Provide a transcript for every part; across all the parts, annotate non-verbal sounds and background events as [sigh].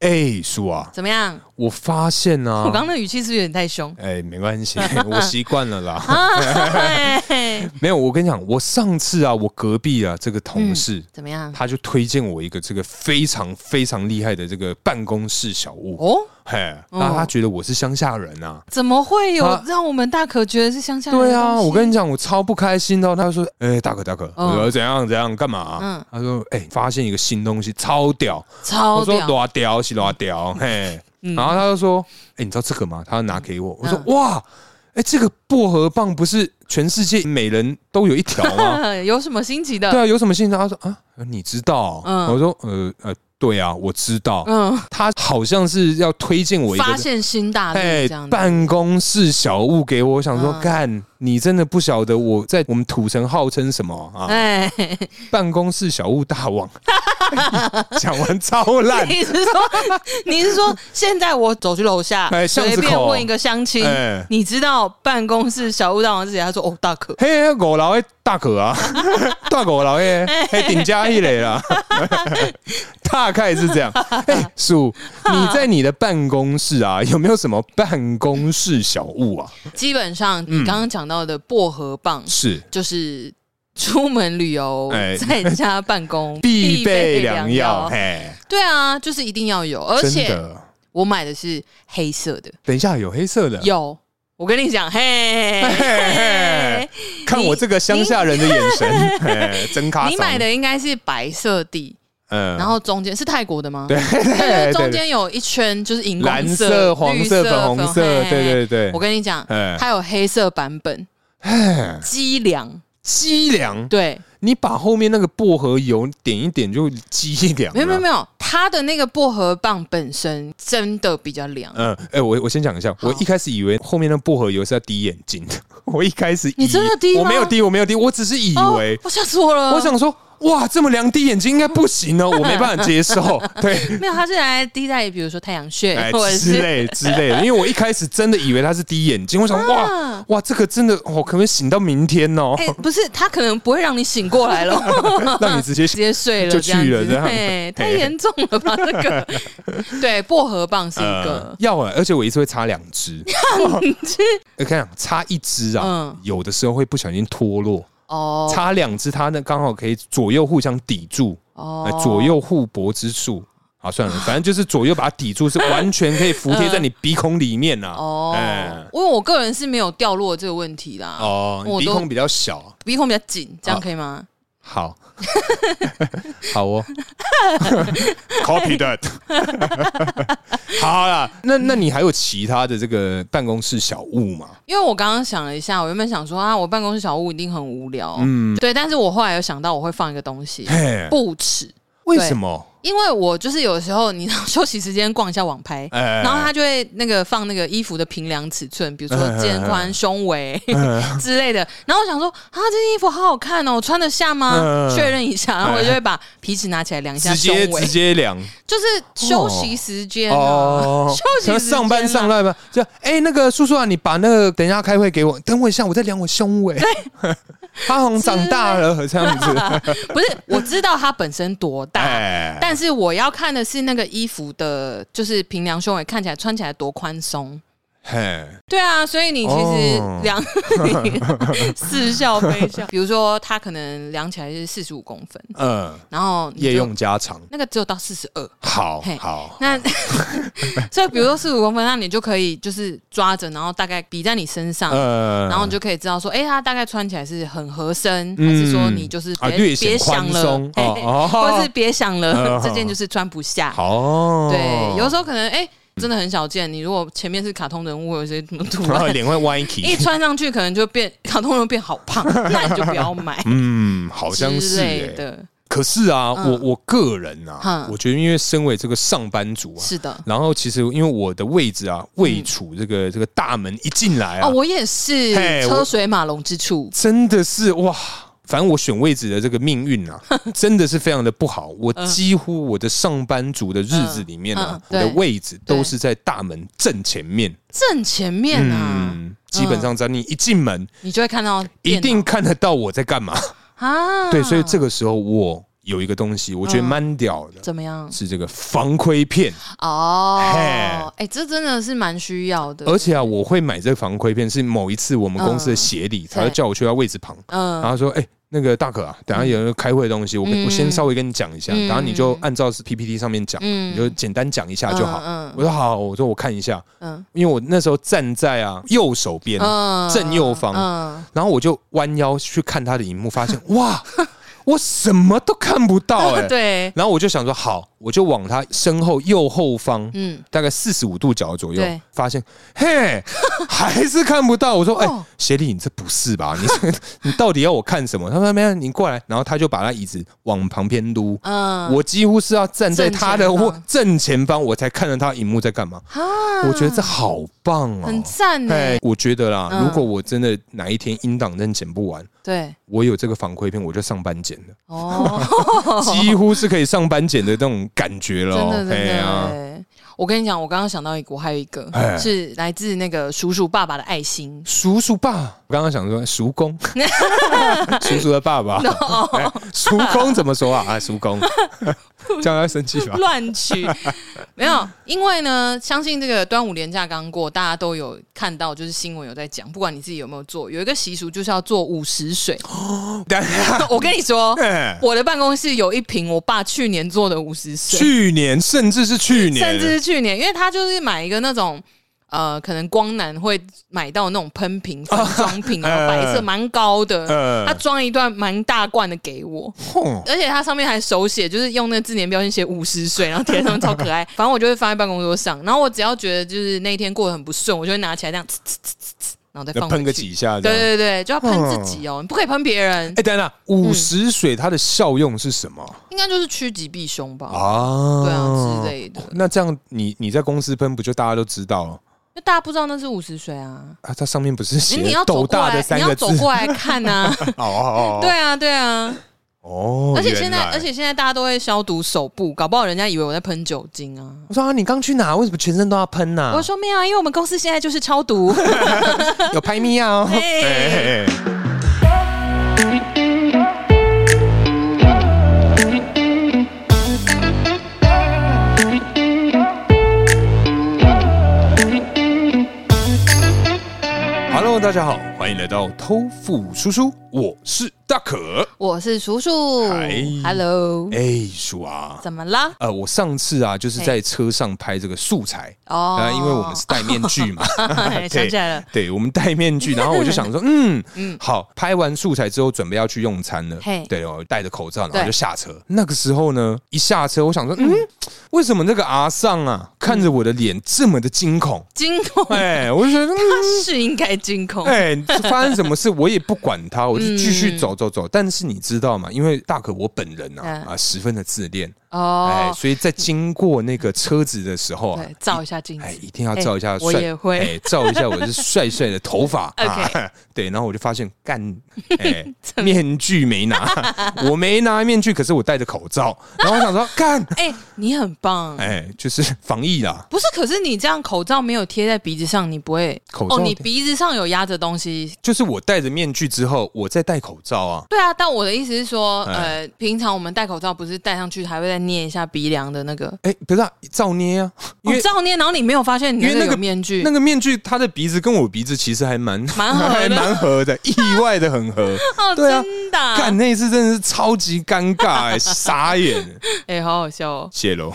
哎、叔啊，怎么样？我发现啊，我刚刚那语气是不是有点 [laughs] 太凶？哎、没关 [laughs] 系，我习惯了啦。啊，嘿 [laughs] 没有，我跟你讲，我上次啊，我隔壁啊这个同事，怎么样？他就推荐我一个这个非常非常厉害的这个办公室小物，哦，嘿，哦那他觉得我是乡下人啊。怎么会他有让我们大可觉得是乡下人的对啊，东西我跟你讲，我超不开心的哦。他就说：“哎、大哥大哥，嗯我说怎样怎样干嘛、嗯他说：“哎、发现一个新东西，超屌。超我说：“屌，多屌是多屌，嘿。”哦啊嗯然后他就说：“哎、你知道这个吗？”他拿给我，我说：“嗯哇，哎、这个薄荷棒不是全世界每人都有一条吗？” [laughs] 有什么新奇啊对的？啊，有什么新的？他说啊，你知道哦？嗯我说呃呃，对啊，我知道。嗯，他好像是要推荐我一个发现新大陆哎这样子。办公室小物给我，我想说嗯干，你真的不晓得我在我们土城号称什么啊？哎， [laughs] 办公室小物大王， [laughs] 讲完超烂。你是说 [laughs] 你是说现在我走去楼下哎，巷子随口便问一个相亲哎，你知道办公室小屋大王是谁？他说哦，大可，嘿，五楼的大可啊， [laughs] 大狗楼诶，嘿顶加一类啦， [laughs] 大概是这样。哎，叔，你在你的办公室啊，有没有什么办公室小物啊？基本上你刚刚讲到的薄荷棒是就是出门旅游哎， [laughs] 在家办 [laughs] 公必备良药，嘿，对啊，就是一定要有，而真且的。我买的是黑色的，等一下有黑色的，有。我跟你讲，嘿，嗯 [laughs] 嘿嘿嘿看我这个乡下人的眼神，嘿真卡。你买，的应该是白色底，嗯然后中间是泰国的吗？ [laughs] 对，它就是对中对间有一圈就是荧光蓝绿色、黄色、粉红色，嘿对对对嗯我。跟你讲，哎它有黑色版本，嘿鸡粮，鸡粮，对，你把后面那个薄荷油点一点就鸡凉。没有没有没有，它的那个薄荷棒本身真的比较凉。嗯，哎、我我先讲一下，我一开始以为后面那薄荷油是要滴眼睛 [laughs] 的，我一开始以你真的滴吗我没有滴，我没有滴，我只是以为，哦、我吓死我了！我想说，哇，这么凉滴眼睛应该不行 [laughs] 哦，我没办法接受，对，没有，它是来滴在比如说太阳穴哎或者之是类之类的，因为我一开始真的以为它是滴眼睛，我想、哇啊哇，这个真的，我、可能醒到明天哦，哎、不是，它可能不会让你醒过 [laughs] 来了，让你直接直接睡了就这样去了这子，样哎，太严重了吧？这 [laughs] 个对，薄荷棒是一呃个，要啊，而且我一次会擦两 [laughs] 支，我跟你讲，擦一支啊，嗯有的时候会不小心脱落，哦 [laughs] 擦两支它那刚好可以左右互相抵住。呃哦，左右互搏之术。啊，算 [laughs] 了，反正就是左右把它抵住，是完全可以服贴在你鼻孔里面呐、哦，哎因为我个人是没有掉落这个问题啦，哦，你我鼻都孔比较小，鼻孔比较紧，这样啊可以吗？ [laughs] 好，好哦，copy that，好啦，那那你还有其他的这个办公室小物吗？因为我刚刚想了一下，我原本想说啊，我办公室小屋一定很无聊，嗯，对，但是我后来有想到我会放一个东西，嘿，不耻。哎为什么？因为我就是有时候，你知道 [laughs] 休息时间逛一下网拍，哎然后他就会那个放那个衣服的平量尺寸，比如说哎肩宽、胸围 [laughs] 之类的。然后我想说，啊，这件衣服好好看哦，穿得下吗？嗯确认一下，然后我就会把皮尺拿起来量一下直胸接直围，接量就是休息时间啊，哦， [laughs] 休息时间啊上班上到一半就哎、那个叔叔啊，你把那个等一下开会给我，等我一下，我在量我胸 [laughs] 围。阿红长大了这样子， [laughs] 不是，啊我知道它本身多大。哎，但是我要看的是那个衣服的，就是平量胸围看起来穿起来多宽松。嘿，对啊，所以你其实哦量、 [laughs] 似笑非笑。比如说，它可能量起来是四十五公分，嗯，然后你就夜用加长，那个只有到四十二。好嘿好，那 [laughs] 所以，比如说四十五公分，那你就可以就是抓着，然后大概比在你身上，呃嗯然后你就可以知道说，哎、它大概穿起来是很合身，嗯还是说你就是啊别略别、显想宽了松，嘿哦哦或者是别想了，嗯 [laughs] 哦这件就是穿不下。好，对，有时候可能哎、真的很少见。你如果前面是卡通人物，有一些什么图然后案，脸会歪一起，穿上去可能就变卡通人物变好胖，那你就不要买 [laughs] 嗯，好像之是类哎。的。可是啊，嗯我我个人啊，嗯我觉得因为身为这个上班族啊，是的，然后其实因为我的位置啊，位处这个这个大门一进来啊哦，，我也是嘿我车水马龙之处。真的是哇！反正我选位置的这个命运 [laughs] 啊，真的是非常的不好。我几乎我的上班族的日子里面啊，嗯嗯嗯我的对位置都是在大门正前面。正前面啊，嗯，基本上在你一进门，你就会看到一电脑定看得到我在干嘛。啊，对，所以这个时候我有一个东西，我觉嗯得蛮屌的，怎么样？是这个防窥片。哦，嘿哎、这真的是蛮需要的，而且啊，我会买这个防窥片，是某一次我们公司的协理，他就嗯对叫我去他位置旁，然嗯，后他说：“哎、那个大可啊，等下有人开会的东西，我跟、嗯我先稍微跟你讲一下，嗯然后你就按照是 PPT 上面讲，嗯你就简单讲一下就好。嗯我说：“好，我说我看一下，嗯因为我那时候站在啊右手边，嗯正右方嗯，然后我就弯腰去看他的荧幕，发现 [laughs] 哇，我什么都看不到哎、对，然后我就想说，好，我就往他身后右后方，嗯，大概四十五度角左右对，发现 [laughs] 嘿，还是看不到。我说，哎、哦协理，你这不是吧？ [laughs] 你这你到底要我看什么？他说没有，你过来。然后他就把他椅子往旁边撸。嗯，我几乎是要站在他的正前方或正前方，我才看得他荧幕在干嘛。啊我觉得这好棒哦，很赞呢、哎，我觉得啦，嗯如果我真的哪一天音档真剪不完，对，我有这个反馈片，我就上班剪了， [laughs] 哦，几乎是可以上班剪的那种感觉了 [laughs] 真哦。的真的、哎呀，哎我跟你讲，我刚刚想到一个，我还有一个哎。是来自那个叔叔爸爸的爱 [laughs] 心叔叔爸，我刚刚想说叔 [laughs] 公，叔叔的爸爸，哎叔公怎么说啊？啊，叔 [laughs] 公，这样他生气吧？乱取没有，因为呢，相信这个端午连假刚过，大家都有看到，就是新闻有在讲，不管你自己有没有做，有一个习俗就是要做午 [laughs] 时水。等一下我跟你说，哎我的办公室有一瓶我爸去年做的午时水，去年甚至是去年，甚至是去年，因为他就是买一个那种。呃，可能光南会买到那种喷瓶、哦粉装瓶， [laughs] 嗯然后白色蛮高的，呃他装一段蛮大罐的给我，哼而且它上面还手写，就是用那个字年标签写五十岁，然后贴在上面超 [laughs] 可爱。反正我就会放在办公桌上，然后我只要觉得就是那一天过得很不顺，我就会拿起来这样，呲呲呲呲，然后再要放回喷去个。几下，这对嗯样。对对，就要喷自己哦，你不可以喷别人，哎，等等，五十水它的效用是什么应该就是趋吉避凶吧，啊？对啊之类的。那这样你你在公司喷，不就大家都知道了那大家不知道那是五十岁啊，啊？它上面不是你写你要斗走过大的来，三你个要字走？过来看啊， [laughs] 哦哦哦， [laughs] 对啊对啊。哦，而且现在原来而且现在大家都会消毒手部，搞不好人家以为我在喷酒精啊。我说啊，你刚去哪？为什么全身都要喷呢、我说没有啊，因为我们公司现在就是超 [laughs] 毒。有拍咪啊、哦！哎 [laughs] 哎哎哎 Hello，大家好，欢迎来到偷富叔叔，我是大可。我是叔叔嗨，Hello，哎、叔啊，怎么啦？呃，我上次啊，就是在车上拍这个素材，哦啊，因为我们 [laughs] 是 [laughs] 戴面具嘛，哎想起来了， [laughs] 对，我们戴面 [laughs] 具，然后我就想说，嗯嗯嗯，好，拍完素材之后，准备要去用餐了嘿，对哦，戴着口罩，然对后就下车。那个时候呢，一下车，我想说，嗯，为什么那个阿尚啊，看着我的脸这么的惊恐？惊恐哎，我就觉得，嗯是应该惊恐，哎，发生什么事我也不管 [laughs] 他，我就继续走走走。但是你知道吗？因为大可我本人嗯啊啊，十分的自恋，哎，哦，所以在经过那个车子的时候啊对，，照一下镜哎，子，一定要照一下哎帅，我也会哎，照一下我是帅帅的头发 [laughs] OK 啊，对，然后我就发现干， [laughs] 哎，面具没拿，我没拿面具，可是我戴着口罩，然后我想说干，哎，你很棒。哎，就是防疫啦，不是，可是你这样口罩没有贴在鼻子上，你不会口罩哦？你鼻子上有压着东西，就是我戴着面具之后，我再戴口罩啊，对啊。但我的意思是说，哎呃，平常我们戴口罩不是戴上去还会再捏一下鼻梁的那个，哎，不是啊照捏啊，因哦为，照捏，然后你没有发现你因为那有个面具那，个面具它的鼻子跟我鼻子其实还蛮蛮合的还蛮合的，意外的很合。哦，对啊真的啊，干那一次真的是超级尴尬，哎，傻眼，哎，好好笑哦。谢喽。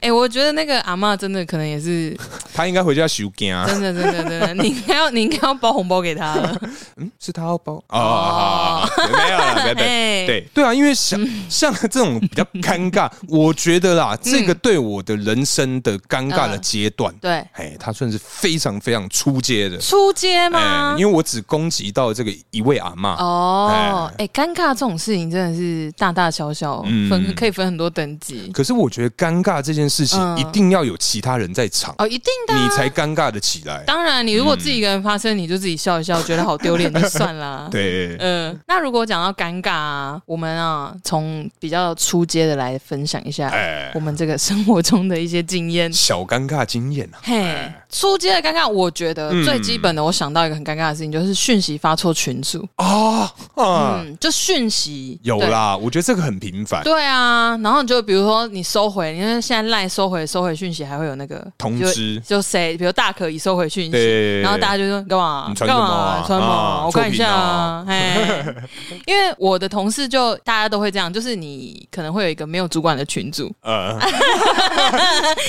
哎、我觉得那个阿嬷真的可能也是他应该回家修惊啊。真的，真的，真的，你应该要你应该要包红包给她了。嗯，是他要包哦哦，哦哦没有了，别哎别对对啊，因为像像这种比较尴尬，我觉得啦，这个对我的人生的尴尬的阶段，对，哎，他算是非常非常出街的，出街哎吗？，因为我只攻击到这个一位阿嬷，哦，哎、尴尬这种事情真的是大大小小嗯分，可以分很多等级可是我觉得尴尬这件事情嗯一定要有其他人在场，哦，一定的啊、你才尴尬的起来。当然，你如果自己一个人发生，你就自己笑一笑，觉得好丢脸就算啦。 [laughs] 对，嗯、那如果讲到尴尬啊，我们啊从比较出街的来分享一下哎我们这个生活中的一些经验。小尴尬经验啊，嘿，哎出街的尴尬，我觉得嗯最基本的，我想到一个很尴尬的事情，就是讯息发错群组。啊啊，嗯，就讯息有。对啦，我觉得这个很频繁。对啊，然后你就比如说你收回，因为现在赖收回收回讯息还会有那个通知就就谁，比如大可已收回讯息，对，然后大家就说干嘛你干传什么啊嘛传什么啊，我看一下作啊，哎， [laughs] 因为我的同事就大家都会这样，就是你可能会有一个没有主管的群组，呃， [laughs]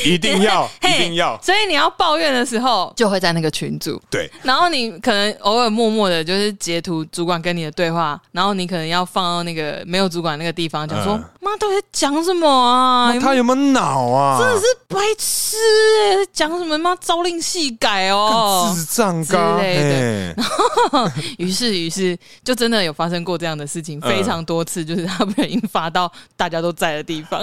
一定要，一定要，所以你要抱怨的时候就会在那个群组，对，然后你可能偶尔默默的，就是截图主管跟你的对话，然后你可能要放到那个没有主管那个地方，讲说嗯妈、到底在讲什么啊？他有没有脑啊？真的是白痴哎、在讲什么妈朝令夕改哦干。智障嘎之类嘿于是于是就真的有发生过这样的事情，嗯非常多次，就是他被人发到大家都在的地方，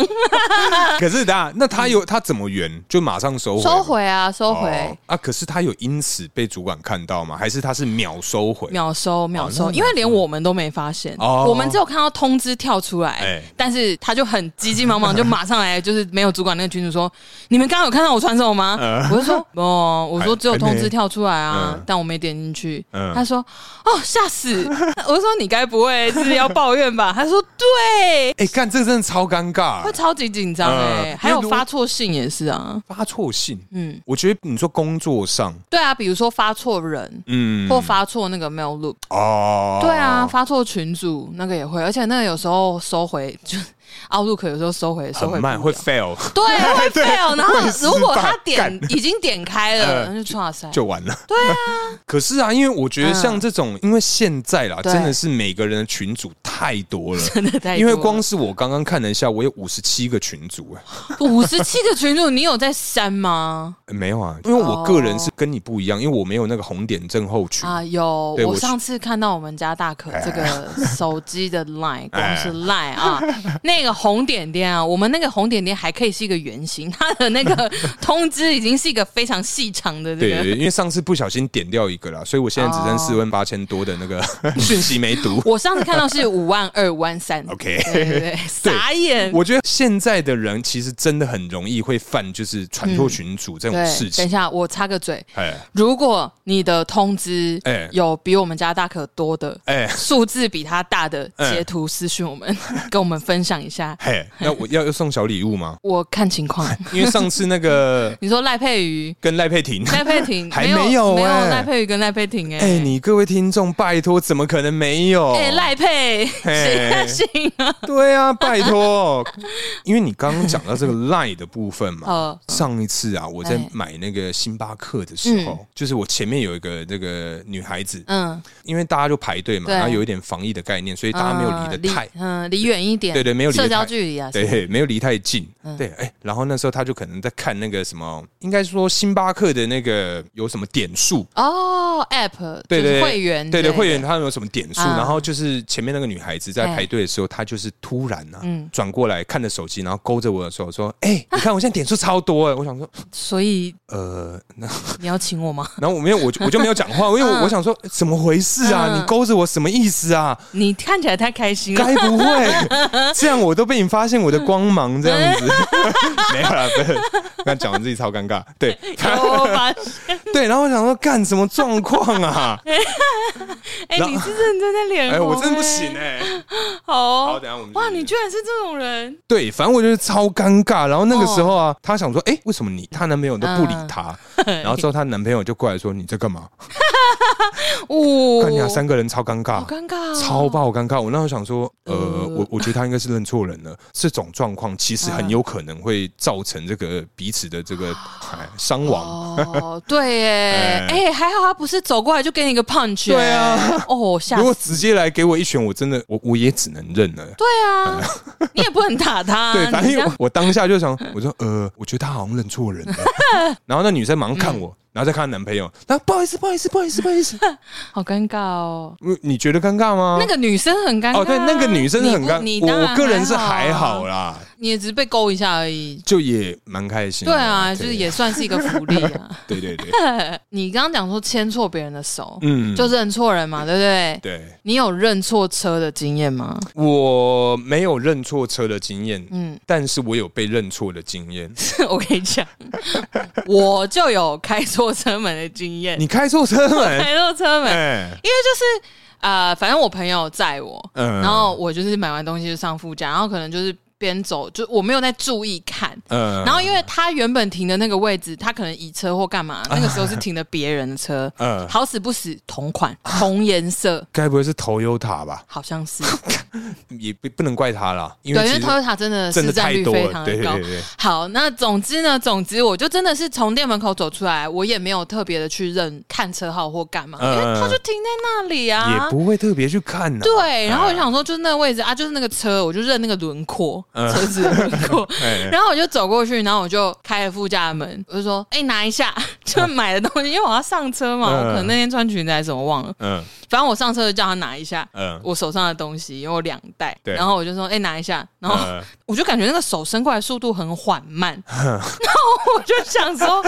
[laughs] 可是他那他有他怎么圆？就马上收回吗，收回啊，收回。哦啊！可是他有因此被主管看到吗？还是他是秒收回？秒收秒收，哦那因为连我们都没发现，哦我们只有看到通知跳出来，哎但是他就很急急 [laughs] 忙忙就马上来，就是没有主管那个群主说，你们刚刚有看到我传什么吗？我就 [laughs] 说哦，我说还只有嗯通还没知跳出来啊，嗯但我没点进去。嗯他说哦吓死， [laughs] 我就说你该不会是要抱 [laughs] 怨吧？他说对，哎，干这真的超尴尬会，超级紧张哎，嗯还有因为如发错信也是啊，发错信。嗯，我觉得你说工作上，对啊，比如说发错人。嗯，或发错那个 mail loop，哦，对啊，，发错群组那个也会，而且那个有时候收回就 [laughs] Outlook 有时候收回收回很不慢了会 fail [laughs] 对会 fail，然后会失败如果他点干已经点开了，呃那就哇塞， [laughs] 就完了。对啊， [laughs] 可是啊，因为我觉得像这种，因为现在啦，嗯对真的是每个人的群组太多了。真 [laughs] 的太多了因为光是我刚刚看了一下，我有五十七个群组哎、五十七个群组，你有在删 [laughs] 吗？呃没有哦啊，因为我个人是跟你不一样，因为我没有那个红点症候群。啊，有对，我我是哎上次看到我们家大可这个手机 [laughs] 的 line，光是 line 啊，那个红点点啊，我们那个红点点还可以是一个圆形，它的 [laughs] 那个通知已经是一个非常细长的这对对个。对，因为上次不小心点掉一个啦，所以我现在只剩哦四万八千多的那个 [laughs] 讯息没 [laughs] 读。我上次看到是五万二、五万三 OK，对对对，傻眼。我觉得现在的人其实真的很容易会犯就是传错群组这种事嗯对，等一情。下，我插个嘴。哎如果你的通知哎有比我们家大可 [laughs] 多的，哎数字比他大的，哎截图私讯我们， [laughs] 跟我们分享一下。嘿，那我要要送小礼物吗？我看情况。因为上次那个 [laughs]、你说赖佩瑜跟赖佩婷，[laughs] 赖佩婷还没没有没有哎赖佩瑜跟赖佩婷哎、哎、你各位听众，拜托，怎么可能没有？哎赖佩谁要信啊？ [laughs] 对啊，拜托，因为你刚刚讲到这个赖的部分嘛。哦，上一次啊，我在哎买那个星巴克的时候，就是我前面有一个这个女孩子，嗯，因为大家就排队嘛，对然后有一点防疫的概念，所以大家没有离得太，嗯，离远一点，对对没有离得社交太距离啊，嗯对，没有离太近，对，哎、然后那时候她就可能在看那个什么，应该说星巴克的那个有什么点数，哦，app 对就是对会员，对对，会员他们有什么点数？嗯啊然后就是前面那个女孩子在排队的时候，她就是突然啊，嗯转过来看着手机，然后勾着我的手说：“哎， [laughs] 你看我现在点数超多哎！”我想说，所以呃，那你要请我吗？ [laughs] 然后我没有，我就我就没有讲话，因为我我想说哎怎么回事啊？嗯你勾着我什么意思 [laughs] 啊？你看起来太开心了，该不会这样我都被你发现我的光芒这 [laughs] 样子？ [laughs] 没有啦，不是，刚讲完自己超尴尬。对有 [laughs] 吧？对，然后我想说，干什么状况啊？ [laughs] 哎，然后你是认真在脸红，哎，我真的不行，哎。好好，哦，等一下我们哇，去你居然是这种人，对，反正我就是超尴尬。然后那个时候哦啊，她想说，哎、为什么你她男朋友都不理嗯她？ [laughs] 然后之后她男朋友就过来说，你在干嘛？哦，看你啊，三个人超尴好尬。尴尬哦，超爆尴尬！我那时候想说，呃，呃我我觉得他应该是认错人了。这种状况其实嗯很有可能会造成这个彼此的这个哎伤亡。哦，对耶，哎、 [laughs] 哎还好他不是走过来就给你一个 punch，耶对啊，哦，吓如果死，直接来给我一拳，我真的我我也只能认了。对 [laughs] 啊，你也不能打他，对，反你这正样我我当下就想，我说呃，我觉得她好像认错人了。 [laughs] 然后那女生马上看我，嗯然后再看她男朋友，然后不好意思，不好意思，不好意思，不好意思。好尴尬哦。嗯你觉得尴尬吗？哦那个女生很尴尬啊、哦，对，那个女生很你尴不你我当然我个人是还还好好欸啊。啦，你也只是被勾一下而已。就也蛮开心的。对啊，就是也算是一个福利 [laughs] 啊。对对 [laughs] 对，你刚刚讲说牵错别人的手，嗯，就认错人嘛，对不对？对。你有认错车的经 [laughs] 验吗？我没有认错车的经验，嗯，但是我有被认错的经验。我跟你讲， [laughs] 我就有开错车门的经验，你开错车门， [laughs] 开错车门，哎，因为就是呃，反正我朋友载我，嗯然后我就是买完东西就上副驾，然后可能就是边走，就我没有在注意看。嗯然后，因为他原本停的那个位置，他可能移车或干啊嘛，那个时候是停的别人 [laughs] 的车，嗯好死不死同款同颜色，该不会是头优塔吧？好像是也不不能怪他啦， [laughs] 因对，为因其为实 Toyota 真的真市的占太率多非常了，的对对高对。对，好，那总之呢，总之我就真的是从店门口走出来，我也没有特别的去认看车号或干嘛，因嗯为他就停在那里啊，也不会特别去看呐。对，然后我就啊，想说，就是那个位置啊，就是那个车，我就认那个轮廓，嗯车子的轮廓。 [laughs] 哎然后我就走过去，然后我就开了副驾的门，我就说：“哎、拿一下， [laughs] 就买的东西，因为我要上车嘛，嗯我可能那天穿裙子还是什么忘了，嗯反正我上车就叫他拿一下。”嗯，我手上的东西，因为我两袋，对然后我就说：“哎、拿一下。”然后嗯我就感觉那个手伸过来速度很缓 [laughs] 慢，然后我就想说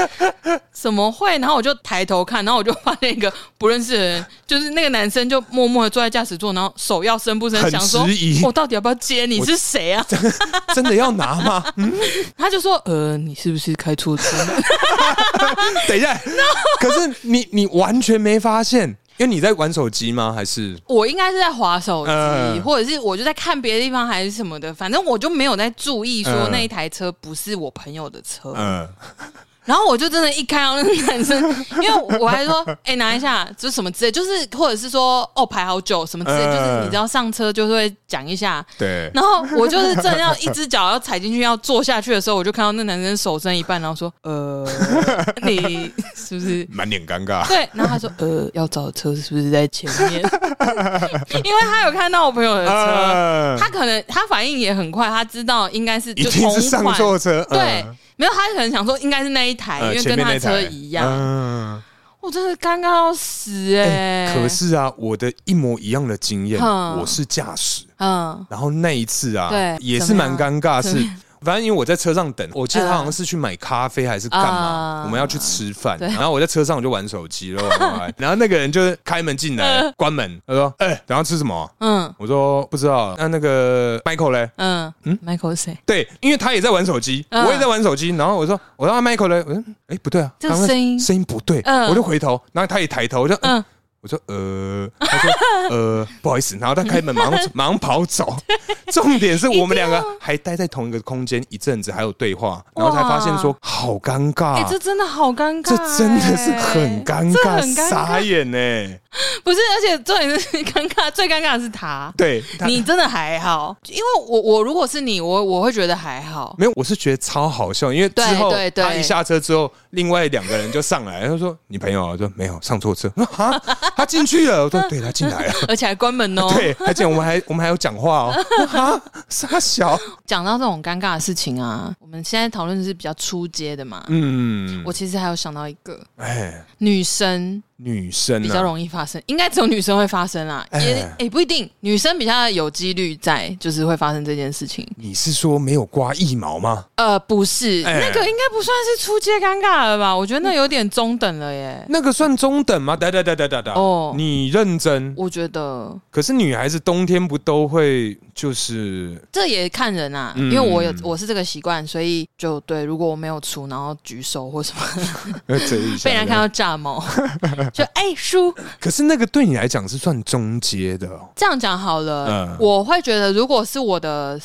怎么会？然后我就抬头看，然后我就发现一个不认识的人，就是那个男生就默默的坐在驾驶座，然后手要伸不伸，很想说迟疑我到底要不要接？你是 [laughs] 谁啊？真的要拿吗？嗯他就说呃，你是不是开错车门？ [laughs] 等一下，可是你你完全没发现，因为你在玩手机吗？还是我应该是在划手机，嗯或者是我就在看别的地方还是什么的，反正我就没有在注意说嗯那一台车不是我朋友的车。嗯然后我就真的，一看到那个男生， [laughs] 因为我还说，哎、拿一下，就是什么之类，就是或者是说，哦，排好久什么之类，嗯就是你知道上车就是会讲一下。对然后我就是正要一只脚要踩进去要坐下去的时候，我就看到那男生手伸一半，然后说， [laughs] 呃，你是不是？满脸尴尬。对，然后他说，呃，要找的车是不是在前面？ [laughs] 因为他有看到我朋友的车，嗯他可能他反应也很快，他知道应该是一就定是同上款错车，对嗯，没有，他可能想说应该是那一台，呃因为前跟面他那的车台一样。嗯我真的尴尬到死哎、可，是啊，我的一模一样的经验，哼我是驾驶，嗯然后那一次啊，对也是蛮怎尴尬，怎么是反正因为我在车上等，啊我记得他嗯好像是去买咖啡还是干嘛，啊我们要去吃饭，对然后我在车上我就玩手机了， [laughs] 然后那个人就是开门进来，关门，他说：“哎，等下吃什么嗯？”我说：“不知道。”那那个 Michael 嘞？嗯嗯，Michael 是谁？对，因为他也在玩手机，嗯我也在玩手机。然后我说，我让 Michael 嘞，我说，哎、不对啊，这个刚刚声音声音不对，嗯我就回头，然后他也抬头，我就，嗯嗯，我说，呃，他说，呃，不好意思，然后他开门，马上马上跑走。重点是我们两个还待在同一个空间一阵子，还有对话，然后才发现说，好尴尬、哎、这真的好尴尬、啊这欸真的是很尴这尬，很尴傻尬。眼呢、不是，而且重点是尴尬，最尴尬的是他。对，他你真的还好，因为我我如果是你，我我会觉得还好。没有，我是觉得超好笑，因为之对后对对他一下车之后，另外两个人就上来，他说：“你朋友啊？”我说：“没有，上错车。”我 [laughs] 说：“啊，他进去了。”我说：“对，他进来了。而且还关门哦”。对，而且我们还我们还有讲话哦。 [laughs] 我说啊，傻小，讲到这种尴尬的事情啊，我们现在讨论的是比较出街的嘛。嗯，我其实还有想到一个哎，女生，女生比较啊，容易发生，应该只有女生会发生啦，哎也也、不一定，女生比较有几率在，就是会发生这件事情。你是说没有刮腋毛吗？呃，不是，哎嗯那个应该不算是出街尴尬了吧？我觉得那有点中等了耶。那个算中等吗？哒哒哒哒哒哒。哦啊你认真，我觉得可是女孩子冬天不都会就是这也看人啊，嗯因为我有我是这个习惯，所以就对，如果我没有出，然后举手或什么，呃这一下被人家看到炸毛， [laughs] 就哎叔，可是那个对你来讲是算中阶的哦。这样讲好了，嗯我会觉得如果是我的。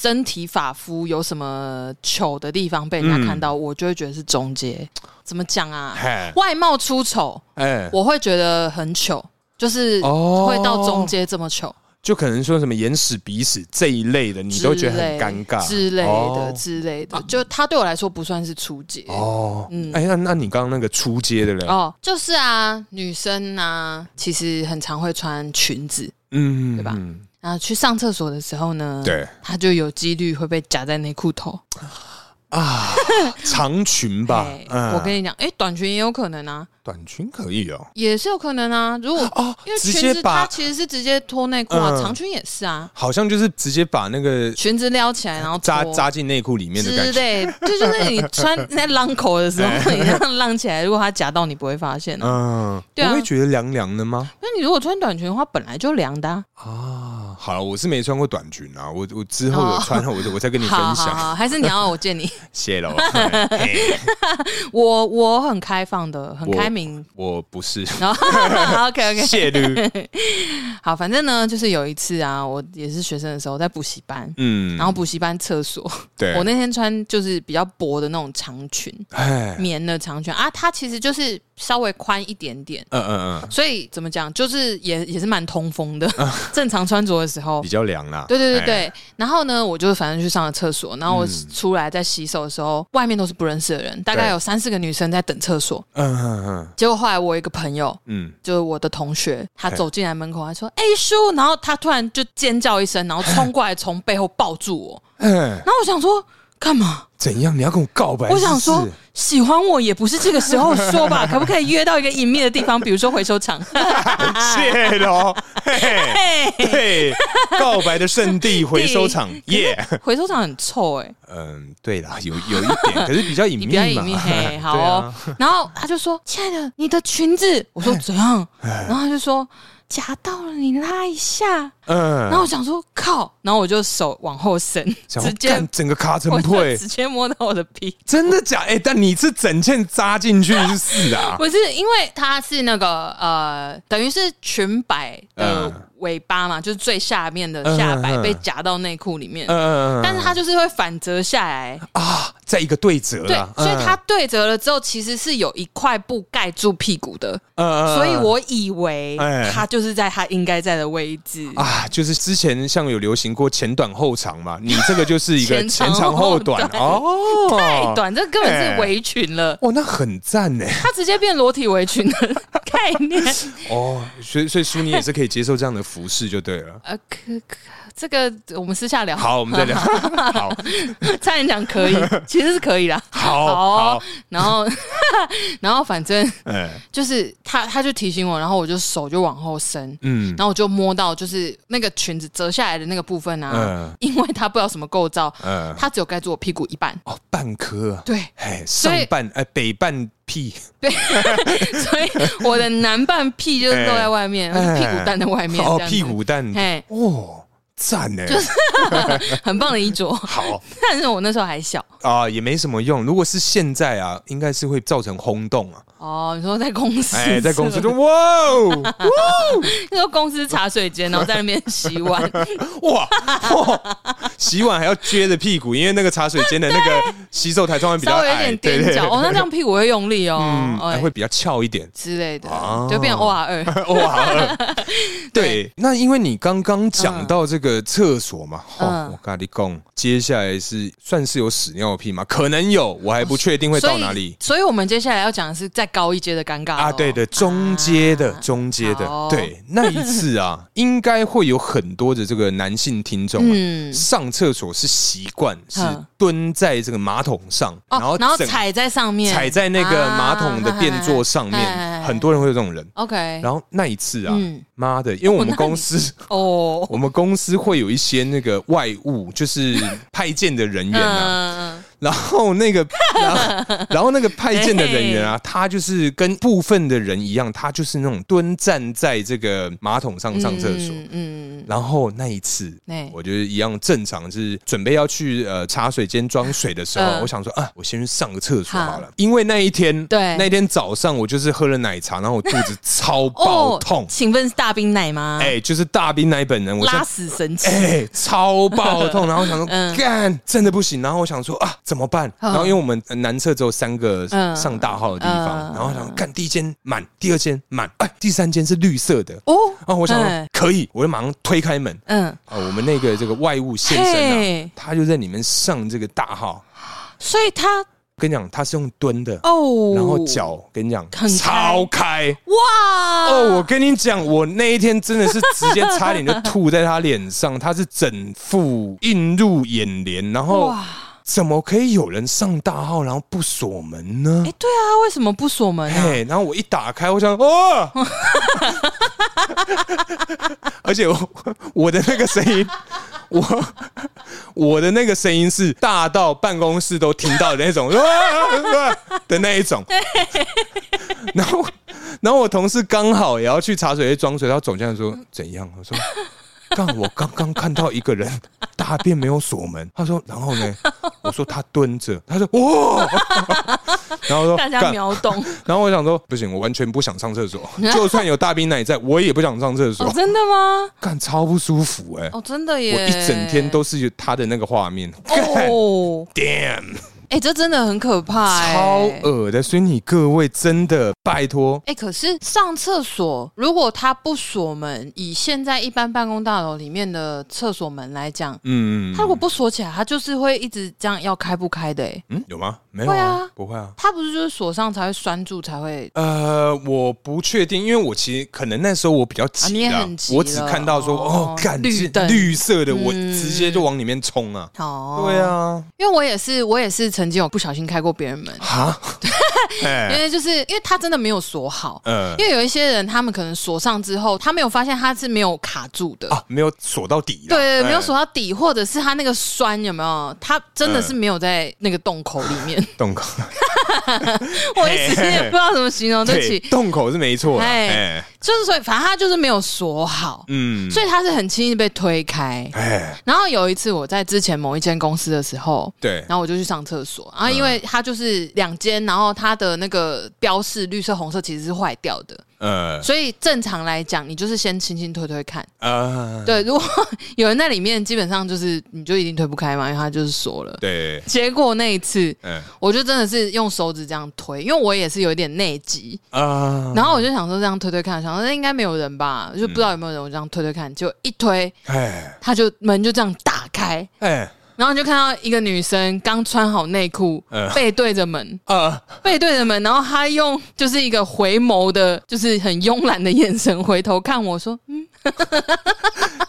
身体发肤有什么糗的地方被人家看到，我就会觉得是中介。怎么讲啊？嗯嘿，外貌出丑，哎，我会觉得很糗，就是哦会到中间这么糗就可能说什么眼屎、鼻屎这一类的，你都觉得很尴尬之类的哦之类的。就他对我来说不算是出街哦，嗯哎，那那你刚刚那个出街的嘞？哦，就是啊，女生啊，其实很常会穿裙子。嗯，对吧嗯然后去上厕所的时候呢，对，她就有几率会被夹在内裤头。啊，长裙 [laughs] 吧哎，嗯，我跟你讲，哎，短裙也有可能啊，短裙可以哦，也是有可能啊。如果哦因为直裙接子把它其实是直接脱内裤啊，嗯长裙也是啊，好像就是直接把那个裙子撩起来然后扎脱扎进内裤里面的哦之感觉，类，就就是你穿在浪口的 [laughs] 时候， [laughs] 你这样浪起来，如果它夹到你不会发现啊。嗯，对啊不会觉得凉凉的吗？那你如果穿短裙的话，本来就凉的啊。啊，好了，我是没穿过短裙啊，我我之后有哦穿， [laughs] 我我再跟你分好好享，好，还是你要我 [laughs] 见你？谢 [laughs] 哎喽。嘿我我很开放的，很开明。我不是 [laughs] 然后 OK OK，谢 [laughs] 喽，好，反正呢，就是有一次啊，我也是学生的时候在补习班，嗯，然后补习班厕所，对，我那天穿就是比较薄的那种长裙，哎，棉的长裙啊，它其实就是稍微宽一点点，嗯嗯嗯，所以怎么讲，就是也也是蛮通风的。 [laughs] 正常穿着的时候啊比，较凉啦，对对对哎，对。然后呢，我就反正去上了厕所，然后我嗯出来在洗手的时候，外面都是不认识的人，大概对有三四个女生在等厕所。嗯嗯嗯结果后来我有一个朋友，嗯，就是我的同学，他嘿走进来门口，他说：“哎、叔！”然后他突然就尖叫一声，然后冲过来，从背后抱住我。哎，然后我想说，干嘛？怎样？你要跟我告白？我想说是不是，喜欢我也不是这个时候说 [laughs] 吧，可不可以约到一个隐秘的地方，比如说回收厂？哎谢 [laughs] 喽，嘿嘿嘿，对，告白的圣 [laughs] 地回收场，耶！回收厂很臭哎、嗯，对啦，有有一 [laughs] 点，可是比较隐你秘不要嘛，隐 [laughs] 秘嘿，好对哦啊。然后他就说：“亲爱的，你的裙子。”我说：“怎样？” [laughs] 哎然后他就说：“夹到了，你拉一下。”然后嗯，我想说：“靠！”然后我就手往后伸，想直说接干整个卡成我就退，直接摸到我的屁。真的假？哎、但你是整件扎进去是啊？ [laughs] 不是因为它是那个呃，等于是裙摆的嗯尾巴嘛，就是最下面的嗯下摆嗯嗯被夹到内裤里面，嗯，但是它就是会反折下来，啊，在一个对折对啦，，所以它嗯，对折了之后，其实是有一块布盖住屁股的，嗯所以我以为哎它就是在它应该在的位置。啊，就是之前像有流行过前短后长嘛，你这个就是一个前前长长后短后短哦，太。短，这根本哎是围裙了，哇，那很赞 [laughs] 呢！它直接变裸体围裙的概 [laughs] 念。哦，所以所以苏妮也是可以接受这样的服饰就对 [laughs]。了呃，可可，这个我们私下聊。好，我们再 [laughs] 聊。好，差点讲 [laughs] 可以，其实是可以啦。好好然后 [laughs] 然后反正哎，就是他他就提醒我，然后我就手就往后伸，嗯然后我就摸到就是那个裙子折下来的那个部分啊，嗯因为它不知道什么构造，嗯，它只有盖住我屁股一半， [laughs] 哦，半颗啊，，对哎，上所以半哎北半屁，所以我的男半屁就是露在外 [laughs] 面，哎屁股蛋在外面，哦这，样子屁，股蛋，嘿，哦，赞呢，很棒的衣着。 [laughs] 好但是我那时候还小啊、也没什么用。如果是现在啊，应该是会造成轰动 [laughs] 啊。哦，你说在公司，哎，在啊公司就哇哦那时候公司茶水间，然后在那边洗碗，哇哇，洗碗还要撅着屁股，因为那个茶水间的那个洗手台通 [laughs] 常比较稍微有矮，点对对踮脚哦，那这样屁股会用力哦，嗯，哎还会比较翘一 [laughs] 点。之类的哦，就变 O R 二。哇，呃对，那因为你刚刚讲到这个厕所嘛，哦嗯，我跟你讲，接下来是算是有屎尿屁吗？可能有，我还不确定会所到以哪里。所以我们接下来要讲的是再高一阶的尴尬咯啊，对对，中阶的、哦啊中阶的好，对，那一次啊， [laughs] 应该会有很多的这个男性听众、啊，嗯上厕所是习惯是嗯蹲在这个马桶上，然哦后，然后整踩在上面，踩在那个马桶的便座上面，啊嗨嗨嗨很多人会有这种人。 OK，然后那一次啊嗯，妈、的，因为我们哦那你公司。哦，我们公司会有一些那个外务，就是 [laughs] 派件的人员啊，嗯，然后那 [laughs] 个，然后然后那个派件的人员啊，他就是跟部分的人一样，他就是那种蹲站在这个马桶上上厕所。嗯嗯，嗯然后那一次哎，我就是一样正常，是准备要去呃茶水间装水的时候，嗯我想说啊，我先去上个厕所好好了。因为那一天，对哦那一天早上我就是喝了奶茶，然后我肚子 [laughs] 超爆痛，请问是大冰奶吗？哎，就是大冰奶本人，我现拉在死神器，哎、超爆 [laughs] 痛，然后我想说嗯干、真的不行，然后我想说啊怎么办？嗯然后因为我们呃男厕只有三个嗯上大号的地方，嗯然后我想说干第一间满，第二间满，哎、第三间是绿色的，哦，然后我想说哎可以，我就马上推开门。嗯，啊、我们那个这个外务先生啊嘿，他就在里面上这个大号，所以他跟你讲，他是用蹲的，哦，然后脚跟你讲很开超开。哇，哦，我跟你讲，我那一天真的是直接差点就吐在他脸上，他是整副映入眼帘，然后哇，怎么可以有人上大号然后不锁门呢？哎，对啊，为什么不锁门啊？嘿，然后我一打开，我想，哦， [laughs] 而且我我的那个声音，我我的那个声音是大到办公室都听到的那种， [laughs] 啊的那一种。然后，然后我同事刚好也要去茶水间装水，他走进来说：“怎样？”我说：“干，我刚刚看到一个人大便没有锁门。”他说：“然后呢？”我说：“他蹲着。”他说：“哇！” [laughs] 然后说：“大家哦干秒懂然后我想说，不行，我完全不想上厕 [laughs] 所，就算有大兵奶在，我也不想上厕哦，所，真的吗？干超不舒服哎、哦，真的耶！我一整天都是有他的那个画面，干哦， damn，哎，这真的很可怕，哎超恶的，所以你各位真的拜托，哎、可是上厕所如果他不锁门，以现在一般办公大楼里面的厕所门来讲，嗯他如果不锁起来，他就是会一直这样要开不开的、欸。嗯有吗？没有会啊不会啊。他不是就是锁上才会拴住才会呃，我不确定，因为我其实可能那时候我比较啊你也急啦很急我只看到说了哦哦，干绿是灯绿色的，我嗯直接就往里面冲啊。哦？对， [laughs] 啊，因为我也是，我也是曾经有不小心开过别人门，哈，因哎，为就是因为他真的没有锁好。呃因为有一些人，他们可能锁上之后，他没有发现他是没有卡住的，啊，没有锁到底啦，对，没有哎锁到底，或者是他那个栓有没有？他真的是嗯没有在那个洞口里面。洞口，我一时也不知道怎么形容，哦对不对，起，洞口是没错啦，哎哎，就是所以，反正他就是没有锁好，嗯，所以他是很轻易被推 [laughs] 开。哎，然后有一次我在之前某一间公司的时候，对，嗯然后我就去上厕所，然后因为它就是两间，然后它的那个标示绿色、红色其实是坏掉的，呃所以正常来讲，你就是先轻轻推推看。啊，对， [laughs] 如果有人在里面，基本上就是你就一定推不开嘛，因为它就是锁了。对，结果那一次，嗯我就真的是用手指这样推，因为我也是有一点内急，啊，然后我就想说这样推推看，想说那应该没有人吧，就不知道有没有人，我这样推推看，就一推，哎他就门就这样打开，哎然后就看到一个女生刚穿好内裤嗯，背对着门， [laughs] 啊，背对着门，然后她用就是一个回眸的，就是很慵懒的眼神回头看我说，嗯